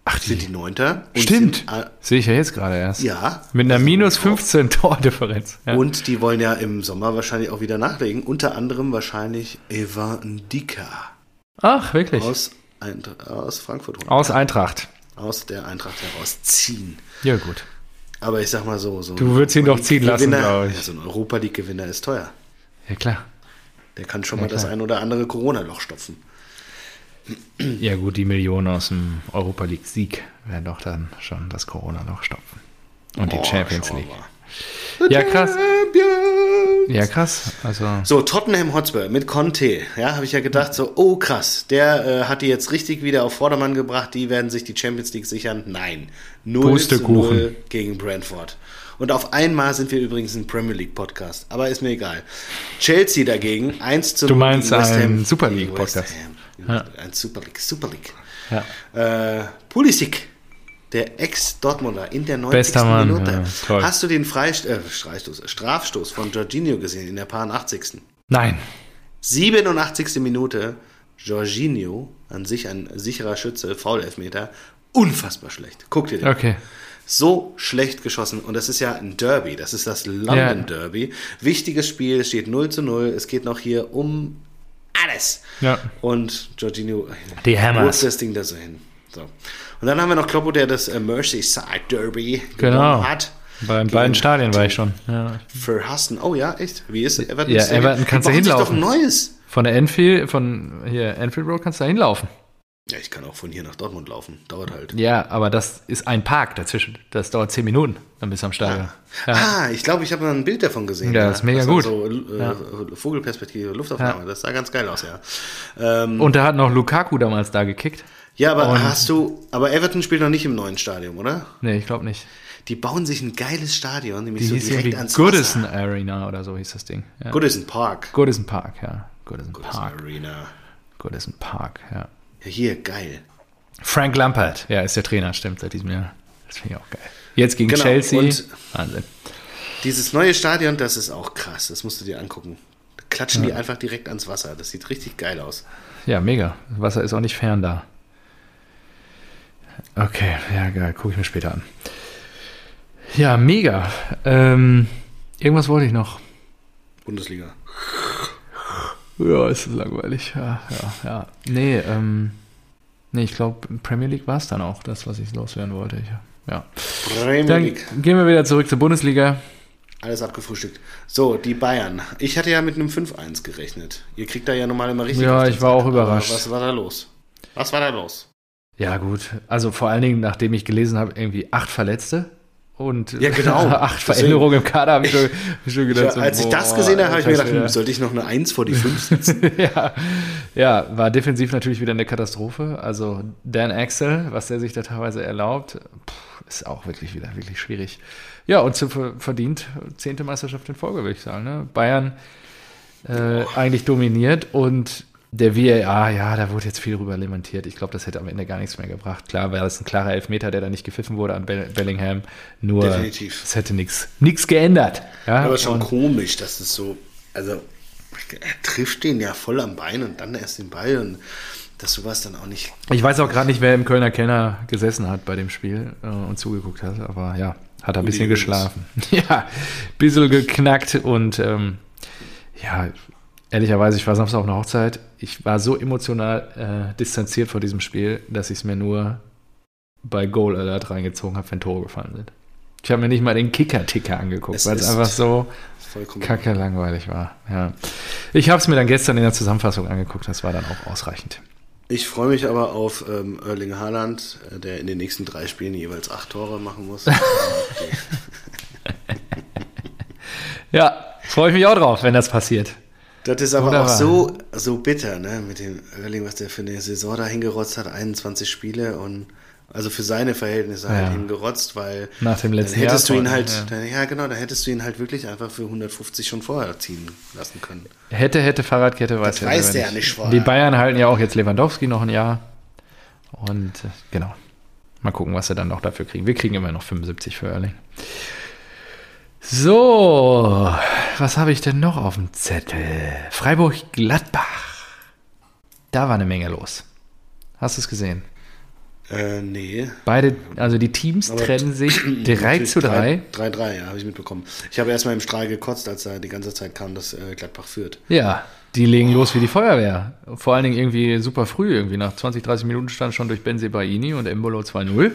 [SPEAKER 1] Ach, die sind die Neunter. und
[SPEAKER 2] Stimmt.
[SPEAKER 1] Sind, äh,
[SPEAKER 2] Sehe ich ja jetzt gerade erst.
[SPEAKER 1] ja.
[SPEAKER 2] Mit einer minus 15 Tordifferenz. Ja.
[SPEAKER 1] Und die wollen ja im Sommer wahrscheinlich auch wieder nachlegen. Unter anderem wahrscheinlich Eva Ndika
[SPEAKER 2] Ach, wirklich. Aus,
[SPEAKER 1] aus, Eint- aus Frankfurt.
[SPEAKER 2] Eintracht.
[SPEAKER 1] aus der Eintracht herausziehen.
[SPEAKER 2] Ja, gut.
[SPEAKER 1] Aber ich sag mal so, so
[SPEAKER 2] Du würdest ihn doch ziehen lassen,
[SPEAKER 1] Gewinner-
[SPEAKER 2] glaub ich.
[SPEAKER 1] Ja, so ein Europa League Gewinner ist teuer.
[SPEAKER 2] Ja, klar.
[SPEAKER 1] Der kann schon mal das ein oder andere Corona-Loch stopfen. Hm.
[SPEAKER 2] Ja, gut, die Millionen aus dem Europa League-Sieg werden doch dann schon das Corona noch stopfen. Und die
[SPEAKER 1] Boah,
[SPEAKER 2] Champions
[SPEAKER 1] schauen wir
[SPEAKER 2] League.
[SPEAKER 1] mal.
[SPEAKER 2] Ja, krass.
[SPEAKER 1] Champions.
[SPEAKER 2] Ja, krass. Also,
[SPEAKER 1] So, Tottenham Hotspur mit Conte. Ja, habe ich ja gedacht, so, oh krass, der äh, hat die jetzt richtig wieder auf Vordermann gebracht, die werden sich die Champions League sichern. Nein. 0 zu
[SPEAKER 2] Pustekuchen.
[SPEAKER 1] 0 gegen Brentford. Und auf einmal sind wir übrigens ein Premier League Podcast, aber ist mir egal. Chelsea dagegen 1 zu
[SPEAKER 2] Du
[SPEAKER 1] 0
[SPEAKER 2] meinst
[SPEAKER 1] gegen West Ham.
[SPEAKER 2] einen Super League
[SPEAKER 1] Gegen West
[SPEAKER 2] Podcast.
[SPEAKER 1] Ham. Ein Super League, Super League.
[SPEAKER 2] ja.
[SPEAKER 1] Äh, Pulisic, der Ex-Dortmunder in der 90.
[SPEAKER 2] Bester Mann,
[SPEAKER 1] Minute.
[SPEAKER 2] ja, toll.
[SPEAKER 1] Hast du den Freist äh, Freistoß, Strafstoß von Jorginho gesehen in der paar 80.
[SPEAKER 2] Nein.
[SPEAKER 1] 87. Minute, Jorginho, an sich ein sicherer Schütze, Foul-Elfmeter, unfassbar schlecht. Guck dir den an.
[SPEAKER 2] Okay.
[SPEAKER 1] So schlecht geschossen. Und das ist ja ein Derby. Das ist das London
[SPEAKER 2] Ja.
[SPEAKER 1] Derby. Wichtiges Spiel. Es steht 0 zu 0. Es geht noch hier um alles.
[SPEAKER 2] Ja.
[SPEAKER 1] Und Jorginho
[SPEAKER 2] Die Hammers.
[SPEAKER 1] wirft das Ding da so hin. So. Und dann haben wir noch Kloppo, der das äh, Merseyside Derby
[SPEAKER 2] Genau.
[SPEAKER 1] gewonnen hat.
[SPEAKER 2] Bei
[SPEAKER 1] Gegen
[SPEAKER 2] beiden Stadien war ich schon. Ja.
[SPEAKER 1] Verhasten. Oh ja, echt? Wie ist es? Everton?
[SPEAKER 2] Ja,
[SPEAKER 1] ist-
[SPEAKER 2] Everton
[SPEAKER 1] Die
[SPEAKER 2] kannst du
[SPEAKER 1] machen sich
[SPEAKER 2] hinlaufen.
[SPEAKER 1] doch ein neues.
[SPEAKER 2] Von der Enfield, von hier Enfield Road kannst du da hinlaufen.
[SPEAKER 1] Ja, ich kann auch von hier nach Dortmund laufen. Dauert halt.
[SPEAKER 2] Ja, aber das ist ein Park dazwischen. Das dauert zehn Minuten, dann bist du am Stadion. Ja.
[SPEAKER 1] Ah, ich glaube, ich habe mal ein Bild davon gesehen.
[SPEAKER 2] Ja, ist mega
[SPEAKER 1] das war
[SPEAKER 2] gut.
[SPEAKER 1] So, äh, Vogelperspektive, Luftaufnahme, das sah ganz geil aus, ja. Ähm,
[SPEAKER 2] Und da hat noch Lukaku damals da gekickt.
[SPEAKER 1] ja, aber
[SPEAKER 2] und-
[SPEAKER 1] hast du, aber Everton spielt noch nicht im neuen Stadion, oder?
[SPEAKER 2] Nee, ich glaube nicht.
[SPEAKER 1] Die bauen sich ein geiles Stadion, nämlich
[SPEAKER 2] Die
[SPEAKER 1] so
[SPEAKER 2] hieß
[SPEAKER 1] direkt
[SPEAKER 2] irgendwie
[SPEAKER 1] ans
[SPEAKER 2] Goodison Arena oder so hieß das Ding. Ja.
[SPEAKER 1] Wasser. Goodison Park.
[SPEAKER 2] Goodison Park, ja. Goodison
[SPEAKER 1] Goodison
[SPEAKER 2] Park.
[SPEAKER 1] Arena.
[SPEAKER 2] Goodison Park, ja.
[SPEAKER 1] Ja, hier, geil.
[SPEAKER 2] Frank Lampert, ja, ist der Trainer, stimmt, seit diesem Jahr. Das finde ich auch geil. Jetzt gegen
[SPEAKER 1] Genau,
[SPEAKER 2] Chelsea.
[SPEAKER 1] und-
[SPEAKER 2] Wahnsinn.
[SPEAKER 1] Dieses neue Stadion, das ist auch krass, das musst du dir angucken. Da klatschen die einfach direkt ans Wasser, das sieht richtig geil aus.
[SPEAKER 2] Ja, mega. Wasser ist auch nicht fern da. Okay, ja, geil. Gucke ich mir später an. Ja, mega. Ähm, irgendwas wollte ich noch.
[SPEAKER 1] Bundesliga.
[SPEAKER 2] Ja, ist das langweilig. Ja, ja, ja. Nee, ähm, nee ich glaube, Premier League war es dann auch, das, was ich loswerden wollte. Ich, ja.
[SPEAKER 1] Premier
[SPEAKER 2] Dann
[SPEAKER 1] League.
[SPEAKER 2] gehen wir wieder zurück zur Bundesliga.
[SPEAKER 1] Alles abgefrühstückt. So, die Bayern. Ich hatte ja mit einem 5-1 gerechnet. Ihr kriegt da ja normal immer richtig.
[SPEAKER 2] Ja,
[SPEAKER 1] auf die
[SPEAKER 2] ich war auch
[SPEAKER 1] Seite.
[SPEAKER 2] überrascht.
[SPEAKER 1] Aber was war da los? Was war da los?
[SPEAKER 2] Ja, gut. Also vor allen Dingen, nachdem ich gelesen habe, irgendwie acht Verletzte und
[SPEAKER 1] Ja, genau.
[SPEAKER 2] acht
[SPEAKER 1] Deswegen.
[SPEAKER 2] Veränderungen im Kader, habe ich, schon- hab ich schon gedacht.
[SPEAKER 1] Ja,
[SPEAKER 2] so,
[SPEAKER 1] als ich das
[SPEAKER 2] boah,
[SPEAKER 1] gesehen habe, habe ich mir
[SPEAKER 2] das halt
[SPEAKER 1] gedacht, hm,
[SPEAKER 2] wieder-
[SPEAKER 1] sollte ich noch eine 1 vor die 5 setzen?
[SPEAKER 2] ja, ja, war defensiv natürlich wieder eine Katastrophe. Also Dan Axel, was der sich da teilweise erlaubt, pff, ist auch wirklich wieder wirklich schwierig. Ja, und zu ver- verdient zehnte Meisterschaft in Folge, würde ich sagen. Ne? Bayern äh, eigentlich dominiert und der VAR, ja, da wurde jetzt viel drüber lamentiert. Ich glaube, das hätte am Ende gar nichts mehr gebracht. Klar war das ein klarer Elfmeter, der da nicht gepfiffen wurde an Be Bellingham. Nur
[SPEAKER 1] Definitiv.
[SPEAKER 2] es hätte nichts nichts geändert. Ja,
[SPEAKER 1] Aber schon
[SPEAKER 2] und-
[SPEAKER 1] komisch, dass es so. Also, er trifft den ja voll am Bein und dann erst den Ball und dass sowas dann auch nicht.
[SPEAKER 2] Ich weiß auch gerade nicht, wer im Kölner Keller gesessen hat bei dem Spiel äh, und zugeguckt hat, aber ja, hat ein bisschen
[SPEAKER 1] Hooligans.
[SPEAKER 2] geschlafen. ja, bisschen geknackt und ähm, ja, ehrlicherweise, ich war Samstag auf einer Hochzeit. Ich war so emotional äh, distanziert vor diesem Spiel, dass ich es mir nur bei Goal Alert reingezogen habe, wenn Tore gefallen sind. Ich habe mir nicht mal den Kicker-Ticker angeguckt,
[SPEAKER 1] Es
[SPEAKER 2] weil es
[SPEAKER 1] ist-
[SPEAKER 2] einfach so
[SPEAKER 1] Vollkommen.
[SPEAKER 2] kacke langweilig war. Ja. Ich habe es mir dann gestern in der Zusammenfassung angeguckt, das war dann auch ausreichend.
[SPEAKER 1] Ich freue mich aber auf ähm, Erling Haaland, äh, der in den nächsten drei Spielen jeweils acht Tore machen muss.
[SPEAKER 2] Ja, freue ich mich auch drauf, wenn das passiert.
[SPEAKER 1] Das ist aber
[SPEAKER 2] Wunderbar.
[SPEAKER 1] auch so, so bitter, ne? Mit dem Erling, was der für eine Saison da hingerotzt hat, 21 Spiele und also für seine Verhältnisse
[SPEAKER 2] Ja.
[SPEAKER 1] halt hingerotzt, weil
[SPEAKER 2] Nach dem letzten
[SPEAKER 1] dann hättest
[SPEAKER 2] Jahr
[SPEAKER 1] du ihn
[SPEAKER 2] vor allem,
[SPEAKER 1] halt,
[SPEAKER 2] ja.
[SPEAKER 1] ja. Dann, ja genau, dann hättest du ihn halt wirklich einfach für 150 schon vorher ziehen lassen können.
[SPEAKER 2] Hätte, hätte Fahrradkette, weiß
[SPEAKER 1] Das
[SPEAKER 2] ja
[SPEAKER 1] weiß
[SPEAKER 2] selber
[SPEAKER 1] der ja nicht vorher.
[SPEAKER 2] Die Bayern halten ja auch jetzt Lewandowski noch ein Jahr. Und äh, genau. Mal gucken, was sie dann noch dafür kriegen. Wir kriegen immer noch 75 für Erling. So, was habe ich denn noch auf dem Zettel? Freiburg-Gladbach. Da war eine Menge los. Hast du es gesehen?
[SPEAKER 1] Äh, nee.
[SPEAKER 2] Beide, also die Teams
[SPEAKER 1] Aber-
[SPEAKER 2] trennen sich 3 zu 3.
[SPEAKER 1] 3-3, ja, habe ich mitbekommen. Ich habe erstmal im Strahl gekotzt, als da die ganze Zeit kam, dass äh, Gladbach führt.
[SPEAKER 2] Ja, die legen los wie die Feuerwehr. Vor allen Dingen irgendwie super früh, irgendwie nach 20, 30 Minuten stand schon durch Ben Sebaini und Embolo 2-0.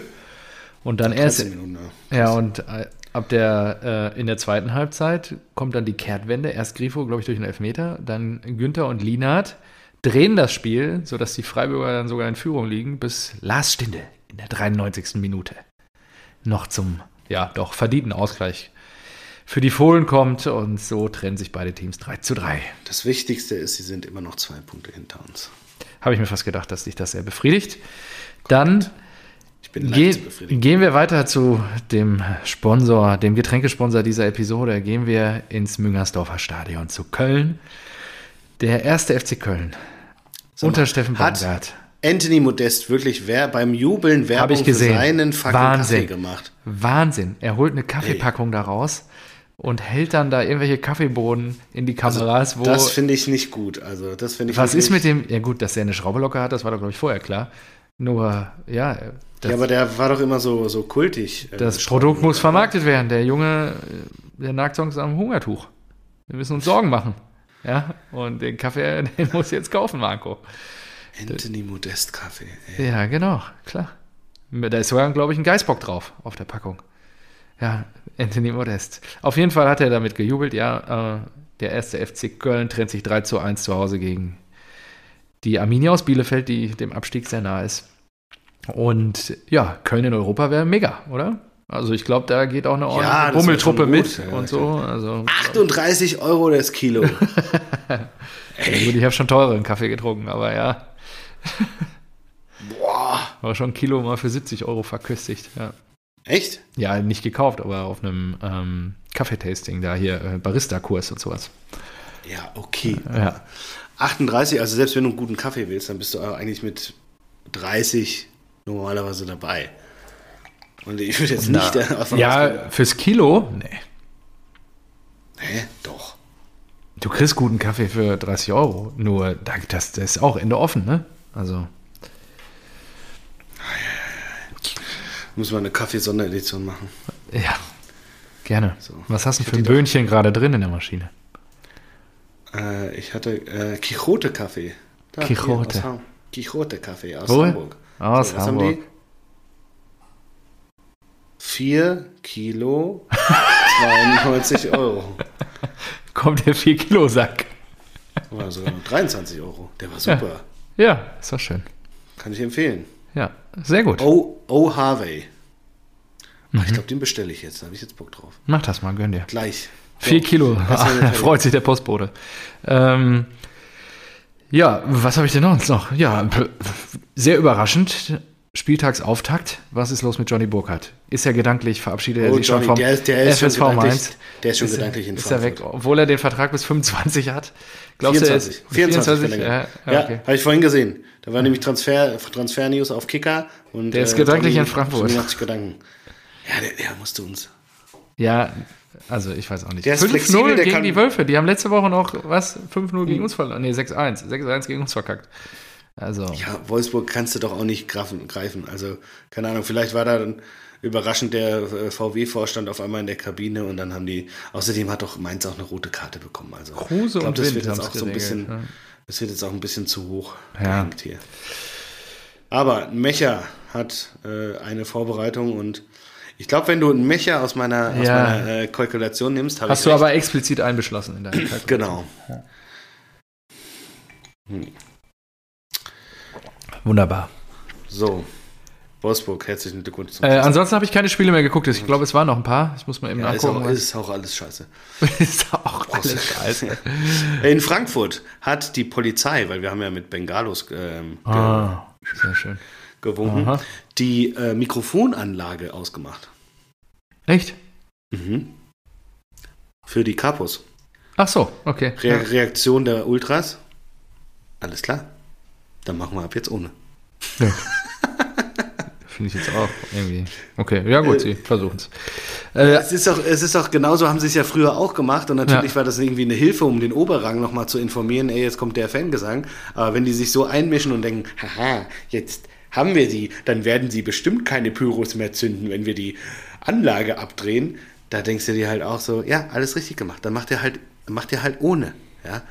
[SPEAKER 2] Und dann erst
[SPEAKER 1] 13 Minuten, ja.
[SPEAKER 2] Ja, und äh, ab der, äh, in der zweiten Halbzeit kommt dann die Kehrtwende. Erst Grifo, glaube ich, durch einen Elfmeter. Dann Günther und Lienhardt drehen das Spiel, sodass die Freiburger dann sogar in Führung liegen, bis Lars Stinde in der 93. Minute noch zum, ja, doch verdienten Ausgleich für die Fohlen kommt. Und so trennen sich beide Teams 3 zu 3.
[SPEAKER 1] Das Wichtigste ist, sie sind immer noch zwei Punkte hinter uns.
[SPEAKER 2] Habe ich mir fast gedacht, dass dich das sehr befriedigt. Dann
[SPEAKER 1] Ich bin
[SPEAKER 2] Ge
[SPEAKER 1] leicht befriedigt.
[SPEAKER 2] gehen wir weiter zu dem Sponsor, dem Getränkesponsor dieser Episode. Gehen wir ins Müngersdorfer Stadion zu Köln. Der erste FC Köln
[SPEAKER 1] Sag mal,
[SPEAKER 2] unter Steffen
[SPEAKER 1] hat-
[SPEAKER 2] Baumgart.
[SPEAKER 1] Anthony Modest, wirklich, wer beim Jubeln
[SPEAKER 2] Habe
[SPEAKER 1] Werbung
[SPEAKER 2] ich gesehen.
[SPEAKER 1] für seinen fucking
[SPEAKER 2] Wahnsinn.
[SPEAKER 1] Kaffee gemacht.
[SPEAKER 2] Wahnsinn. Er holt eine Kaffeepackung daraus und hält dann da irgendwelche Kaffeebohnen in die Kameras, wo
[SPEAKER 1] Also Das finde ich nicht gut. Also, das finde ich
[SPEAKER 2] was
[SPEAKER 1] wirklich-
[SPEAKER 2] ist mit dem? Ja gut, dass er eine Schraube locker hat, das war doch glaube ich vorher klar. Nur ja, das,
[SPEAKER 1] Ja, aber der war doch immer so, so kultig. äh,
[SPEAKER 2] das
[SPEAKER 1] gesprochen.
[SPEAKER 2] Produkt muss vermarktet werden. Der Junge, äh, der nagt sonst am Hungertuch. Wir müssen uns Sorgen machen. Ja, und den Kaffee, den muss jetzt kaufen, Marco.
[SPEAKER 1] Anthony Modest Kaffee. Ey.
[SPEAKER 2] Ja, genau, klar. Da ist sogar, glaube ich, ein Geißbock drauf auf der Packung. Ja, Anthony Modest. Auf jeden Fall hat er damit gejubelt. Ja, äh, der erste FC Köln trennt sich 3 zu 1 zu Hause gegen die Arminia aus Bielefeld, die dem Abstieg sehr nahe ist. Und ja, Köln in Europa wäre mega, oder? Also ich glaube, da geht auch eine ordentliche
[SPEAKER 1] das wär
[SPEAKER 2] Bummeltruppe
[SPEAKER 1] schon
[SPEAKER 2] mit
[SPEAKER 1] gut, ja,
[SPEAKER 2] und so. Also
[SPEAKER 1] 38 Euro das Kilo.
[SPEAKER 2] gut, ich habe schon teureren Kaffee getrunken, aber ja,
[SPEAKER 1] Boah.
[SPEAKER 2] war schon ein Kilo mal für 70 Euro verköstigt. Ja.
[SPEAKER 1] Echt?
[SPEAKER 2] Ja, nicht gekauft, aber auf einem ähm, Kaffeetasting da hier, äh, Barista-Kurs und sowas.
[SPEAKER 1] Ja, okay.
[SPEAKER 2] Ja.
[SPEAKER 1] 38, also selbst wenn du einen guten Kaffee willst, dann bist du eigentlich mit 30 normalerweise dabei. Und ich würde jetzt nicht davon ausgehen-
[SPEAKER 2] ja, fürs Kilo? Nee.
[SPEAKER 1] Hä? Doch.
[SPEAKER 2] Du kriegst guten Kaffee für 30 Euro. Nur, da- das, das ist auch Ende offen, ne? Also,
[SPEAKER 1] Muss man eine Kaffeesonderedition machen.
[SPEAKER 2] ja. Gerne.
[SPEAKER 1] So.
[SPEAKER 2] Was hast du für ein Böhnchen gerade drin in der Maschine?
[SPEAKER 1] Äh, ich hatte äh, Quixote-Kaffee. Da, hier,
[SPEAKER 2] Quixote.
[SPEAKER 1] aus Ham- Quixote-Kaffee aus
[SPEAKER 2] Wo? Ah,
[SPEAKER 1] Hamburg.
[SPEAKER 2] Aus
[SPEAKER 1] was haben
[SPEAKER 2] Hamburg.
[SPEAKER 1] die? Vier Kilo 92 Euro.
[SPEAKER 2] Kommt der 4-Kilo-Sack.
[SPEAKER 1] Oder sogar nur 23 Euro. Der war super.
[SPEAKER 2] Ja, ist doch schön.
[SPEAKER 1] Kann ich empfehlen.
[SPEAKER 2] Ja, sehr gut.
[SPEAKER 1] Oh, oh Harvey. Ach,
[SPEAKER 2] Mhm.
[SPEAKER 1] ich glaube, den bestelle ich jetzt. Da habe ich jetzt Bock drauf.
[SPEAKER 2] Mach das mal, gönn dir.
[SPEAKER 1] Gleich.
[SPEAKER 2] Vier
[SPEAKER 1] So,
[SPEAKER 2] Kilo. Ah,
[SPEAKER 1] das war eine
[SPEAKER 2] Freut sich der Postbote. Ähm, ja, was habe ich denn sonst noch? Ja, p- sehr überraschend. Spieltagsauftakt. Was ist los mit Johnny Burkhardt? Ist er gedanklich, verabschiedet er
[SPEAKER 1] Oh,
[SPEAKER 2] sich schon
[SPEAKER 1] Johnny,
[SPEAKER 2] vom
[SPEAKER 1] der ist- der ist schon
[SPEAKER 2] FSV
[SPEAKER 1] gedanklich-
[SPEAKER 2] Mainz?
[SPEAKER 1] der ist schon
[SPEAKER 2] er-
[SPEAKER 1] gedanklich in
[SPEAKER 2] Ist er weg,
[SPEAKER 1] Frankfurt.
[SPEAKER 2] obwohl er den Vertrag bis 25 hat? Glaubst du, er ist
[SPEAKER 1] 24. 24,
[SPEAKER 2] 24? Ja,
[SPEAKER 1] verlängert.
[SPEAKER 2] ja,
[SPEAKER 1] ja,
[SPEAKER 2] okay.
[SPEAKER 1] habe ich vorhin gesehen. Da war nämlich Transfer, Transfer News auf Kicker. Und, äh,
[SPEAKER 2] Der ist gedanklich
[SPEAKER 1] Tommy-
[SPEAKER 2] in Frankfurt.
[SPEAKER 1] Tommy macht sich Gedanken. Ja, der, der musste uns.
[SPEAKER 2] ja, also ich weiß auch nicht.
[SPEAKER 1] Der ist
[SPEAKER 2] 5-0
[SPEAKER 1] flexibel, der
[SPEAKER 2] gegen
[SPEAKER 1] kann-
[SPEAKER 2] die Wölfe. Die haben letzte Woche noch, was? 5-0 gegen uns verloren. Nee, 6-1. 6-1 gegen uns verkackt. Also.
[SPEAKER 1] Ja, Wolfsburg kannst du doch auch nicht grafen, greifen. Also, keine Ahnung, vielleicht war da dann überraschend der äh, VW-Vorstand auf einmal in der Kabine und dann haben die. Außerdem hat doch Mainz auch eine rote Karte bekommen. Also,
[SPEAKER 2] Kruse
[SPEAKER 1] ich
[SPEAKER 2] und
[SPEAKER 1] das
[SPEAKER 2] Wind
[SPEAKER 1] wird jetzt
[SPEAKER 2] haben's
[SPEAKER 1] auch so ein
[SPEAKER 2] geregelt,
[SPEAKER 1] bisschen.
[SPEAKER 2] ja.
[SPEAKER 1] Das wird jetzt auch ein bisschen zu hoch
[SPEAKER 2] Ja.
[SPEAKER 1] gehängt hier. Aber ein Mecher hat äh, eine Vorbereitung und ich glaube, wenn du einen Mecher aus meiner, aus
[SPEAKER 2] Ja.
[SPEAKER 1] meiner äh, Kalkulation nimmst, habe ich
[SPEAKER 2] Hast du
[SPEAKER 1] recht.
[SPEAKER 2] aber explizit einbeschlossen in deinem Kalkulator.
[SPEAKER 1] Genau.
[SPEAKER 2] Wunderbar.
[SPEAKER 1] So. Wolfsburg, herzlichen Glückwunsch zum
[SPEAKER 2] Äh, ansonsten habe ich keine Spiele mehr geguckt. Ich glaube, es waren noch ein paar. Ich muss mal eben
[SPEAKER 1] ja, ist,
[SPEAKER 2] nachgucken.
[SPEAKER 1] auch,
[SPEAKER 2] was-
[SPEAKER 1] ist Oh, auch alles scheiße.
[SPEAKER 2] ist auch alles scheiße.
[SPEAKER 1] In Frankfurt hat die Polizei, weil wir haben ja mit Bengalos ähm, ge
[SPEAKER 2] Ah, sehr schön.
[SPEAKER 1] gewunken,
[SPEAKER 2] Aha.
[SPEAKER 1] die äh, Mikrofonanlage ausgemacht.
[SPEAKER 2] Echt?
[SPEAKER 1] Mhm. Für die Kapos.
[SPEAKER 2] Ach so, okay.
[SPEAKER 1] Re Reaktion der Ultras. Alles klar. Dann machen wir ab jetzt ohne.
[SPEAKER 2] Finde ich jetzt auch irgendwie. Okay, ja gut, sie versuchen es. Äh,
[SPEAKER 1] Es ist auch, es ist auch genauso, haben sie es ja früher auch gemacht und natürlich
[SPEAKER 2] Ja.
[SPEAKER 1] war das irgendwie eine Hilfe, um den Oberrang nochmal zu informieren, ey, jetzt kommt der Fangesang. Aber wenn die sich so einmischen und denken, haha, jetzt haben wir sie, dann werden sie bestimmt keine Pyros mehr zünden, wenn wir die Anlage abdrehen. Da denkst du dir halt auch so, ja, alles richtig gemacht. Dann macht ihr halt, macht ihr halt ohne. Ja?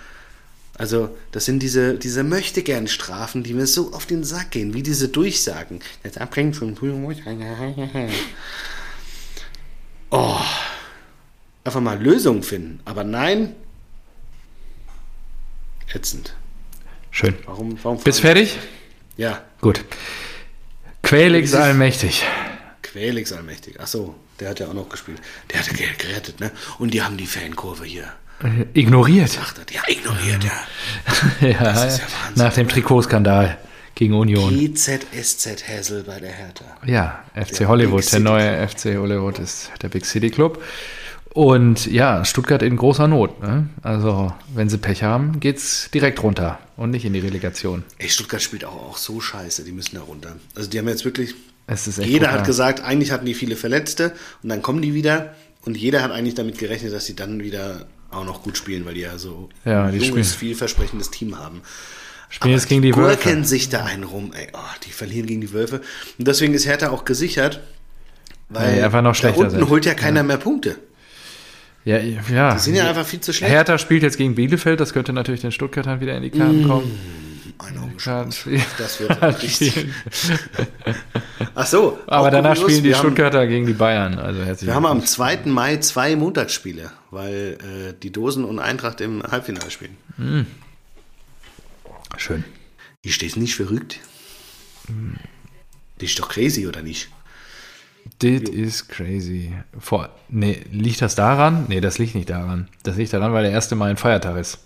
[SPEAKER 1] Also, das sind diese, diese möchte gern Strafen, die mir so auf den Sack gehen, wie diese Durchsagen. Jetzt abbringen von Pyros. Oh. Einfach mal Lösungen finden. Aber nein. Ätzend.
[SPEAKER 2] Schön.
[SPEAKER 1] Warum, warum
[SPEAKER 2] Bist
[SPEAKER 1] fragen-
[SPEAKER 2] fertig?
[SPEAKER 1] Ja,
[SPEAKER 2] Gut. Quelix
[SPEAKER 1] Dieses-
[SPEAKER 2] allmächtig.
[SPEAKER 1] Quelix allmächtig. Ach so, der hat ja auch noch gespielt. Der hat ge- gerettet, ne? Und die haben die Fankurve hier.
[SPEAKER 2] Äh, Ignoriert.
[SPEAKER 1] Ach, das- ja, ignoriert, ja.
[SPEAKER 2] ja,
[SPEAKER 1] ist ja Wahnsinn.
[SPEAKER 2] nach dem Trikotskandal gegen Union.
[SPEAKER 1] EZSZ Hassel bei der Hertha.
[SPEAKER 2] Ja, FC
[SPEAKER 1] Der Big
[SPEAKER 2] Hollywood, der
[SPEAKER 1] City
[SPEAKER 2] neue FC Hollywood ist der Big City Club. Und ja, Stuttgart in großer Not. Ne? Also, wenn sie Pech haben, geht's direkt runter und nicht in die Relegation.
[SPEAKER 1] Ey, Stuttgart spielt auch, auch so scheiße, die müssen da runter. Also die haben jetzt wirklich.
[SPEAKER 2] Es ist echt
[SPEAKER 1] Jeder
[SPEAKER 2] brutal.
[SPEAKER 1] hat gesagt, eigentlich hatten die viele Verletzte und dann kommen die wieder. Und jeder hat eigentlich damit gerechnet, dass die dann wieder auch noch gut spielen, weil die ja so
[SPEAKER 2] Ja,
[SPEAKER 1] ein
[SPEAKER 2] die
[SPEAKER 1] junges,
[SPEAKER 2] spielen-
[SPEAKER 1] vielversprechendes Team haben.
[SPEAKER 2] Spielen jetzt gegen die
[SPEAKER 1] gurken
[SPEAKER 2] Wölfe.
[SPEAKER 1] sich da einen rum, ey. Oh, die verlieren gegen die Wölfe. Und deswegen ist Hertha auch gesichert. Weil
[SPEAKER 2] die einfach noch schlechter
[SPEAKER 1] da unten
[SPEAKER 2] sind.
[SPEAKER 1] holt ja keiner mehr Punkte.
[SPEAKER 2] Ja, ja.
[SPEAKER 1] Die sind ja einfach viel zu schlecht.
[SPEAKER 2] Hertha spielt jetzt gegen Bielefeld, das könnte natürlich den Stuttgartern wieder in die Karten kommen.
[SPEAKER 1] Ein Auge
[SPEAKER 2] Karten
[SPEAKER 1] Spaß.
[SPEAKER 2] spielen.
[SPEAKER 1] Das Mm. wird richtig. Ach so.
[SPEAKER 2] Aber
[SPEAKER 1] auch
[SPEAKER 2] danach
[SPEAKER 1] kurios,
[SPEAKER 2] spielen die
[SPEAKER 1] wir haben-
[SPEAKER 2] Stuttgarter gegen die Bayern. Also herzlich
[SPEAKER 1] Wir haben am 2. Mai zwei Montagsspiele, weil äh, die Dosen und Eintracht im Halbfinale spielen.
[SPEAKER 2] Schön.
[SPEAKER 1] Die stehst nicht verrückt. Die ist doch crazy, oder nicht?
[SPEAKER 2] Dit ist crazy. Vor, nee, liegt das daran? Nee, das liegt nicht daran. Das liegt daran, weil der erste Mal ein Feiertag ist.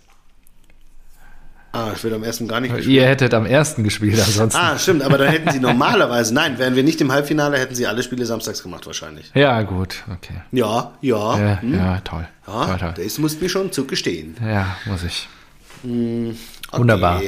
[SPEAKER 1] Ah, ich würde am ersten gar nicht gespielt.
[SPEAKER 2] Ihr hättet am ersten gespielt, ansonsten.
[SPEAKER 1] Ah, stimmt, aber dann hätten sie normalerweise, nein, wären wir nicht im Halbfinale, hätten sie alle Spiele samstags gemacht wahrscheinlich.
[SPEAKER 2] Ja, gut, okay.
[SPEAKER 1] Ja, ja.
[SPEAKER 2] Ja,
[SPEAKER 1] hm?
[SPEAKER 2] ja toll.
[SPEAKER 1] Ah,
[SPEAKER 2] toll, toll.
[SPEAKER 1] das musst du mir schon zugestehen.
[SPEAKER 2] Ja, muss ich.
[SPEAKER 1] Okay.
[SPEAKER 2] Wunderbar.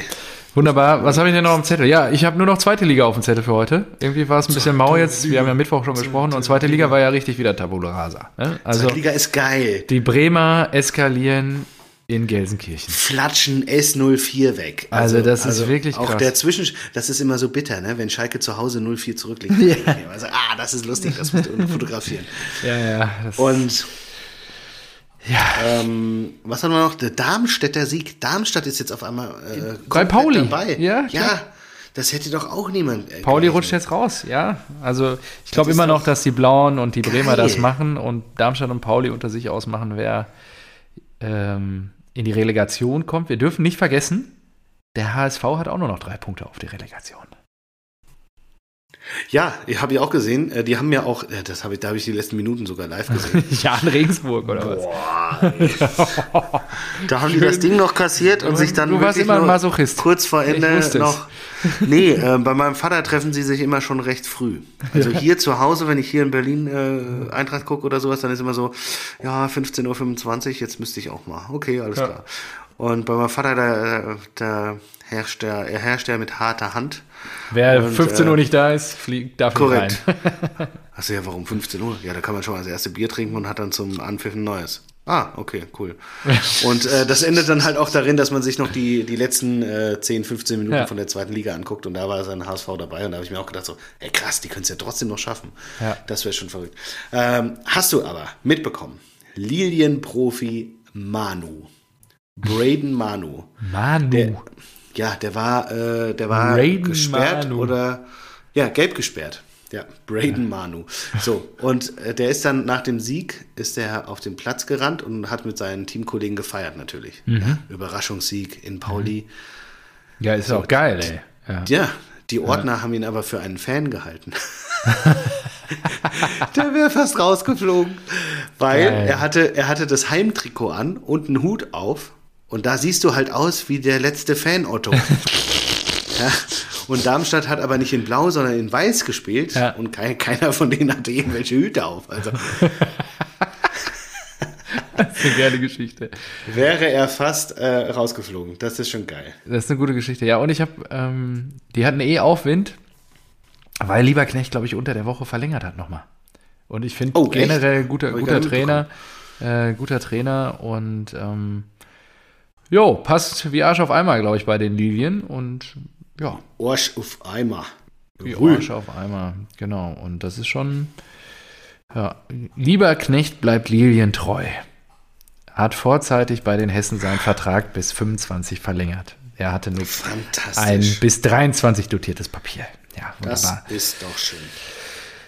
[SPEAKER 2] Wunderbar. Was habe ich denn noch am Zettel? Ja, ich habe nur noch zweite Liga auf dem Zettel für heute. Irgendwie war es ein bisschen mau jetzt. Wir haben ja Mittwoch schon gesprochen und zweite Liga war ja richtig wieder Tabula Rasa. Ne? Also
[SPEAKER 1] Die Liga ist geil.
[SPEAKER 2] die Bremer eskalieren in Gelsenkirchen.
[SPEAKER 1] Flatschen S04 weg.
[SPEAKER 2] Also, das ist wirklich
[SPEAKER 1] auch
[SPEAKER 2] krass.
[SPEAKER 1] Der Zwischen das ist immer so bitter, ne? wenn Schalke zu Hause 04 zurückliegt. Also, ah, das ist lustig, das musst du fotografieren.
[SPEAKER 2] Ja, ja. Das
[SPEAKER 1] Und
[SPEAKER 2] ja.
[SPEAKER 1] ähm, was haben wir noch? Der Darmstädter Sieg. Darmstadt ist jetzt auf einmal äh,
[SPEAKER 2] Bei
[SPEAKER 1] komplett
[SPEAKER 2] Pauli.
[SPEAKER 1] dabei.
[SPEAKER 2] Ja, klar.
[SPEAKER 1] ja, das hätte doch auch niemand. äh,
[SPEAKER 2] Pauli
[SPEAKER 1] gerechnet.
[SPEAKER 2] rutscht jetzt raus, ja. Also ich glaube
[SPEAKER 1] ist
[SPEAKER 2] immer noch,
[SPEAKER 1] doch
[SPEAKER 2] dass die Blauen und die Bremer
[SPEAKER 1] geil.
[SPEAKER 2] das machen und Darmstadt und Pauli unter sich ausmachen, wer ähm, in die Relegation kommt. Wir dürfen nicht vergessen, der HSV hat auch nur noch drei Punkte auf die Relegation.
[SPEAKER 1] Ja, ich habe ich auch gesehen. Äh, Die haben ja auch, äh, das habe ich, da habe ich die letzten Minuten sogar live gesehen.
[SPEAKER 2] Ja, in Regensburg oder
[SPEAKER 1] Boah, ey.
[SPEAKER 2] was?
[SPEAKER 1] da haben die das Ding noch kassiert und
[SPEAKER 2] Du-
[SPEAKER 1] sich dann
[SPEAKER 2] du warst
[SPEAKER 1] wirklich
[SPEAKER 2] immer ein
[SPEAKER 1] nur
[SPEAKER 2] Masochist.
[SPEAKER 1] kurz vor
[SPEAKER 2] Ich
[SPEAKER 1] Ende
[SPEAKER 2] wusste es.
[SPEAKER 1] noch. Nee, äh, bei meinem Vater treffen sie sich immer schon recht früh. Also hier zu Hause, wenn ich hier in Berlin äh, Eintracht gucke oder sowas, dann ist immer so, ja, 15.25 Uhr, jetzt müsste ich auch mal. Okay, alles
[SPEAKER 2] Ja.
[SPEAKER 1] klar. Und bei meinem Vater, da, äh, da herrscht er, er herrscht er mit harter Hand.
[SPEAKER 2] Wer
[SPEAKER 1] Und,
[SPEAKER 2] 15 Uhr
[SPEAKER 1] äh,
[SPEAKER 2] nicht da ist, fliegt darf nicht rein.
[SPEAKER 1] Korrekt. Achso, ja, warum 15 Uhr? Ja, da kann man schon mal das erste Bier trinken und hat dann zum Anpfiff ein neues. Ah, okay, cool. Und äh, das endet dann halt auch darin, dass man sich noch die, die letzten äh, 10, 15 Minuten
[SPEAKER 2] Ja.
[SPEAKER 1] von der zweiten Liga anguckt und da war sein HSV dabei und da habe ich mir auch gedacht so, ey krass, die können es ja trotzdem noch schaffen.
[SPEAKER 2] Ja.
[SPEAKER 1] Das wäre schon verrückt. Ähm, hast du aber mitbekommen, Lilienprofi Manu, Braden Manu,
[SPEAKER 2] Manu.
[SPEAKER 1] der, ja, der war, äh, der war
[SPEAKER 2] Braden
[SPEAKER 1] gesperrt
[SPEAKER 2] Manu.
[SPEAKER 1] oder ja, gelb gesperrt. Ja, Braden Manu. So, und äh, der ist dann nach dem Sieg, ist der auf den Platz gerannt und hat mit seinen Teamkollegen gefeiert natürlich.
[SPEAKER 2] Mhm.
[SPEAKER 1] Ja, Überraschungssieg in Pauli.
[SPEAKER 2] ja, ist auch geil, ey. Ja.
[SPEAKER 1] Ja, die Ordner haben ihn aber für einen Fan gehalten. der wäre fast rausgeflogen, weil
[SPEAKER 2] Geil.
[SPEAKER 1] er hatte, er hatte das Heimtrikot an und einen Hut auf. Und da siehst du halt aus wie der letzte Fan Otto. ja. Und Darmstadt hat aber nicht in Blau, sondern in Weiß gespielt.
[SPEAKER 2] Ja.
[SPEAKER 1] Und kei- keiner von denen hatte irgendwelche Hüte auf. Also
[SPEAKER 2] Das ist eine geile Geschichte.
[SPEAKER 1] wäre er fast äh, rausgeflogen. Das ist schon geil.
[SPEAKER 2] Das ist eine gute Geschichte. Ja, und ich habe, ähm, die hatten eh Aufwind, weil Lieberknecht, glaube ich, unter der Woche verlängert hat nochmal. Und ich finde
[SPEAKER 1] Oh, echt?
[SPEAKER 2] generell guter,
[SPEAKER 1] Hab ich
[SPEAKER 2] guter
[SPEAKER 1] gar nicht
[SPEAKER 2] Trainer, äh, guter Trainer und ähm, jo, passt wie Arsch auf einmal, glaube ich, bei den Lilien und ja,
[SPEAKER 1] Orsch auf Eimer.
[SPEAKER 2] Die Orange auf einmal, genau. Und das ist schon. Ja. Lieber Knecht bleibt Lilien treu. Hat vorzeitig bei den Hessen seinen Vertrag bis 25 verlängert. Er hatte nur ein
[SPEAKER 1] Fantastisch.
[SPEAKER 2] bis 23 dotiertes Papier. Ja,
[SPEAKER 1] das
[SPEAKER 2] wunderbar.
[SPEAKER 1] ist doch schön.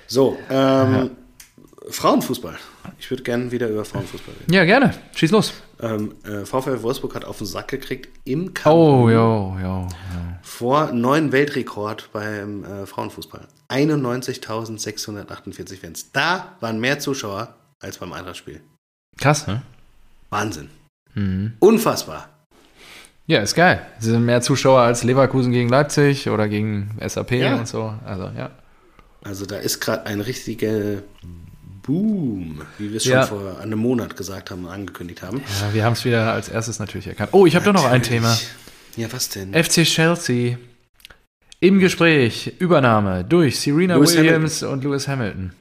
[SPEAKER 1] So, ähm, Frauenfußball. Ich würde gerne wieder über Frauenfußball reden.
[SPEAKER 2] Ja, gerne. Schieß los.
[SPEAKER 1] Ähm, äh, VfL Wolfsburg hat auf den Sack gekriegt im Kampf
[SPEAKER 2] Oh, jo, jo. jo.
[SPEAKER 1] vor neuen Weltrekord beim äh, Frauenfußball. 91.648 Fans. Da waren mehr Zuschauer als beim Eintrachtspiel.
[SPEAKER 2] Krass,
[SPEAKER 1] Hm?
[SPEAKER 2] ne?
[SPEAKER 1] Wahnsinn.
[SPEAKER 2] Mhm.
[SPEAKER 1] Unfassbar.
[SPEAKER 2] Ja, ist geil. Sie sind mehr Zuschauer als Leverkusen gegen Leipzig oder gegen SAP
[SPEAKER 1] Ja.
[SPEAKER 2] und so. Also, ja.
[SPEAKER 1] Also da ist gerade ein richtiger Boom, wie wir es
[SPEAKER 2] Ja.
[SPEAKER 1] schon vor einem Monat gesagt haben und angekündigt haben.
[SPEAKER 2] ja wir haben es wieder als erstes natürlich erkannt. Oh, ich habe doch noch ein Thema. Äh,
[SPEAKER 1] Natürlich. Ja, was denn?
[SPEAKER 2] FC Chelsea im Gespräch, Übernahme durch Serena
[SPEAKER 1] Lewis
[SPEAKER 2] Williams und Lewis Hamilton.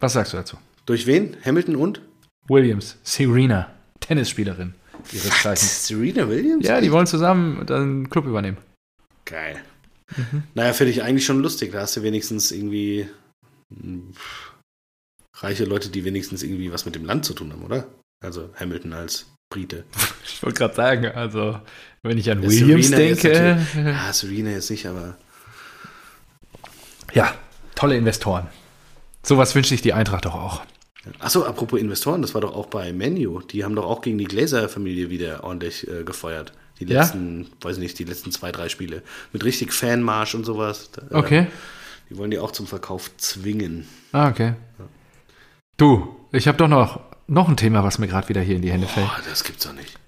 [SPEAKER 2] Was sagst du dazu?
[SPEAKER 1] Durch wen? Hamilton und?
[SPEAKER 2] Williams, Serena, Tennisspielerin ihres Zeichens.
[SPEAKER 1] Serena Williams?
[SPEAKER 2] Ja, die wollen zusammen dann einen Club übernehmen.
[SPEAKER 1] Geil. Naja, finde ich eigentlich schon lustig. Da hast du wenigstens irgendwie mh, pff, reiche Leute, die wenigstens irgendwie was mit dem Land zu tun haben, oder? Also Hamilton als Brite.
[SPEAKER 2] Ich wollte gerade sagen, also wenn ich an
[SPEAKER 1] Ja,
[SPEAKER 2] Williams
[SPEAKER 1] Serena ist
[SPEAKER 2] denke,
[SPEAKER 1] Ah, Serena jetzt nicht, aber
[SPEAKER 2] Ja, tolle Investoren. Sowas wünscht sich die Eintracht doch auch.
[SPEAKER 1] Achso, apropos Investoren, das war doch auch bei Menu. Die haben doch auch gegen die Gläser-Familie wieder ordentlich äh, gefeuert. Die
[SPEAKER 2] Ja?
[SPEAKER 1] letzten, weiß nicht, die letzten zwei, drei Spiele. Mit richtig Fanmarsch und sowas. Äh,
[SPEAKER 2] Okay.
[SPEAKER 1] Die wollen die auch zum Verkauf zwingen.
[SPEAKER 2] Ah, okay. Du, ich habe doch noch, noch ein Thema, was mir gerade wieder hier in die Hände fällt.
[SPEAKER 1] Boah, das gibt's doch nicht.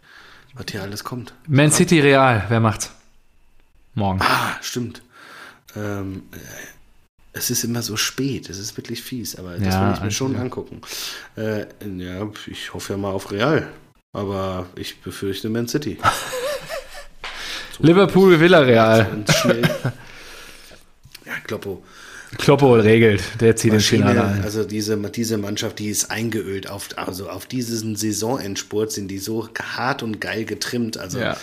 [SPEAKER 1] Was hier alles kommt.
[SPEAKER 2] Man City Real, wer macht's? Morgen.
[SPEAKER 1] Ah, stimmt. Ähm, äh, es ist immer so spät, es ist wirklich fies, aber das
[SPEAKER 2] Ja, also
[SPEAKER 1] will ich mir schon
[SPEAKER 2] ja.
[SPEAKER 1] angucken. Äh, ja, ich hoffe ja mal auf Real. Aber ich befürchte Man City.
[SPEAKER 2] Liverpool Villarreal.
[SPEAKER 1] Und schnell. ja, Kloppo.
[SPEAKER 2] Kloppo regelt, der zieht ins
[SPEAKER 1] Maschine,
[SPEAKER 2] Finale ein.
[SPEAKER 1] also diese, diese Mannschaft, die ist eingeölt. Auf, also auf diesen Saisonendspurt sind die so hart und geil getrimmt. Also
[SPEAKER 2] Ja.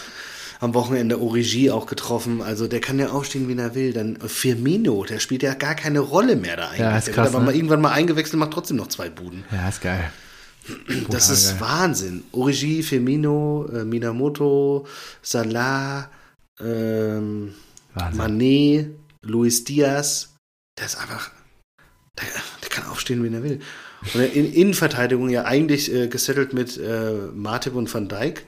[SPEAKER 1] am Wochenende Origi auch getroffen. Also der kann ja aufstehen, wie er will. Dann Firmino, der spielt ja gar keine Rolle mehr da eigentlich.
[SPEAKER 2] Ja, ist
[SPEAKER 1] der
[SPEAKER 2] krass,
[SPEAKER 1] wird aber
[SPEAKER 2] ne?
[SPEAKER 1] mal irgendwann mal eingewechselt, macht trotzdem noch zwei Buden.
[SPEAKER 2] Ja, ist geil.
[SPEAKER 1] das ist
[SPEAKER 2] geil.
[SPEAKER 1] Wahnsinn. Origi, Firmino, äh, Minamoto, Salah, ähm,
[SPEAKER 2] Wahnsinn.
[SPEAKER 1] Mané, Luis Diaz, der ist einfach, der, der kann aufstehen, wen er will. Und in Innenverteidigung ja eigentlich äh, gesettelt mit äh, Martip und Van Dijk.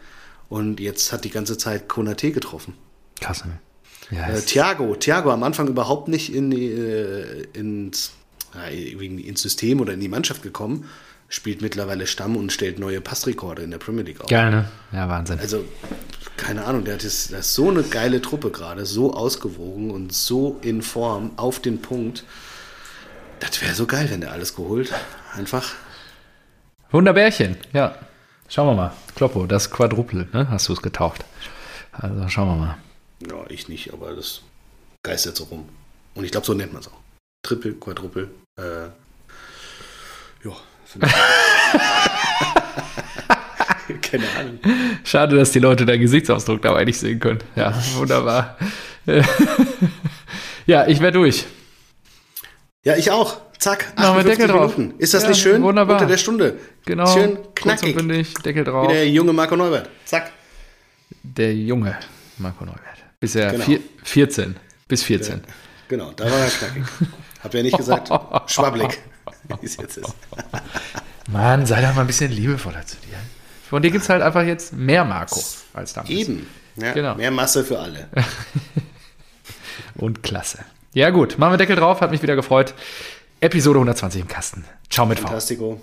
[SPEAKER 1] Und jetzt hat die ganze Zeit Konate getroffen.
[SPEAKER 2] Krass, ne? Ja,
[SPEAKER 1] Äh,
[SPEAKER 2] ist-
[SPEAKER 1] Thiago, Thiago am Anfang überhaupt nicht in, die, äh, ins, ja, irgendwie ins System oder in die Mannschaft gekommen, spielt mittlerweile Stamm und stellt neue Passrekorde in der Premier League auf.
[SPEAKER 2] geil, ne? Ja, Wahnsinn.
[SPEAKER 1] Also, keine Ahnung, der hat jetzt, das ist so eine geile Truppe gerade, so ausgewogen und so in Form, auf den Punkt. Das wäre so geil, wenn der alles geholt. Einfach.
[SPEAKER 2] Wunderbärchen, ja. Schauen wir mal. Kloppo, das Quadruple, ne? Hast du es getauft. Also schauen wir mal.
[SPEAKER 1] Ja, ich nicht, aber das geistert so rum. Und ich glaube, so nennt man es auch. Triple, Quadruple. Äh, ja, finde ich. keine Ahnung.
[SPEAKER 2] Schade, dass die Leute deinen Gesichtsausdruck dabei nicht sehen können. Ja, wunderbar. ja, ich wäre durch.
[SPEAKER 1] Ja, ich auch. Zack,
[SPEAKER 2] Machen wir
[SPEAKER 1] 58
[SPEAKER 2] Deckel drauf.
[SPEAKER 1] Minuten. Ist das
[SPEAKER 2] Ja,
[SPEAKER 1] nicht schön?
[SPEAKER 2] wunderbar.
[SPEAKER 1] Unter der Stunde.
[SPEAKER 2] Genau.
[SPEAKER 1] Schön
[SPEAKER 2] kurz und
[SPEAKER 1] knackig. Wie
[SPEAKER 2] bündig, Deckel drauf.
[SPEAKER 1] der junge Marco Neubert. Zack.
[SPEAKER 2] Der Junge, Marco Neubert. Bisher
[SPEAKER 1] Genau.
[SPEAKER 2] vier, 14. Bis 14.
[SPEAKER 1] Genau, da war er knackig. Hab ja nicht gesagt, Schwablik. Wie es jetzt ist.
[SPEAKER 2] Mann, sei doch mal ein bisschen liebevoller zu dir. Von dir gibt es halt einfach jetzt mehr Marco als damals.
[SPEAKER 1] Eben. Ja,
[SPEAKER 2] Genau.
[SPEAKER 1] Mehr Masse für alle.
[SPEAKER 2] Und klasse. Ja, gut. Machen wir Deckel drauf. Hat mich wieder gefreut. Episode 120 im Kasten. Ciao mit V.
[SPEAKER 1] Fantastico.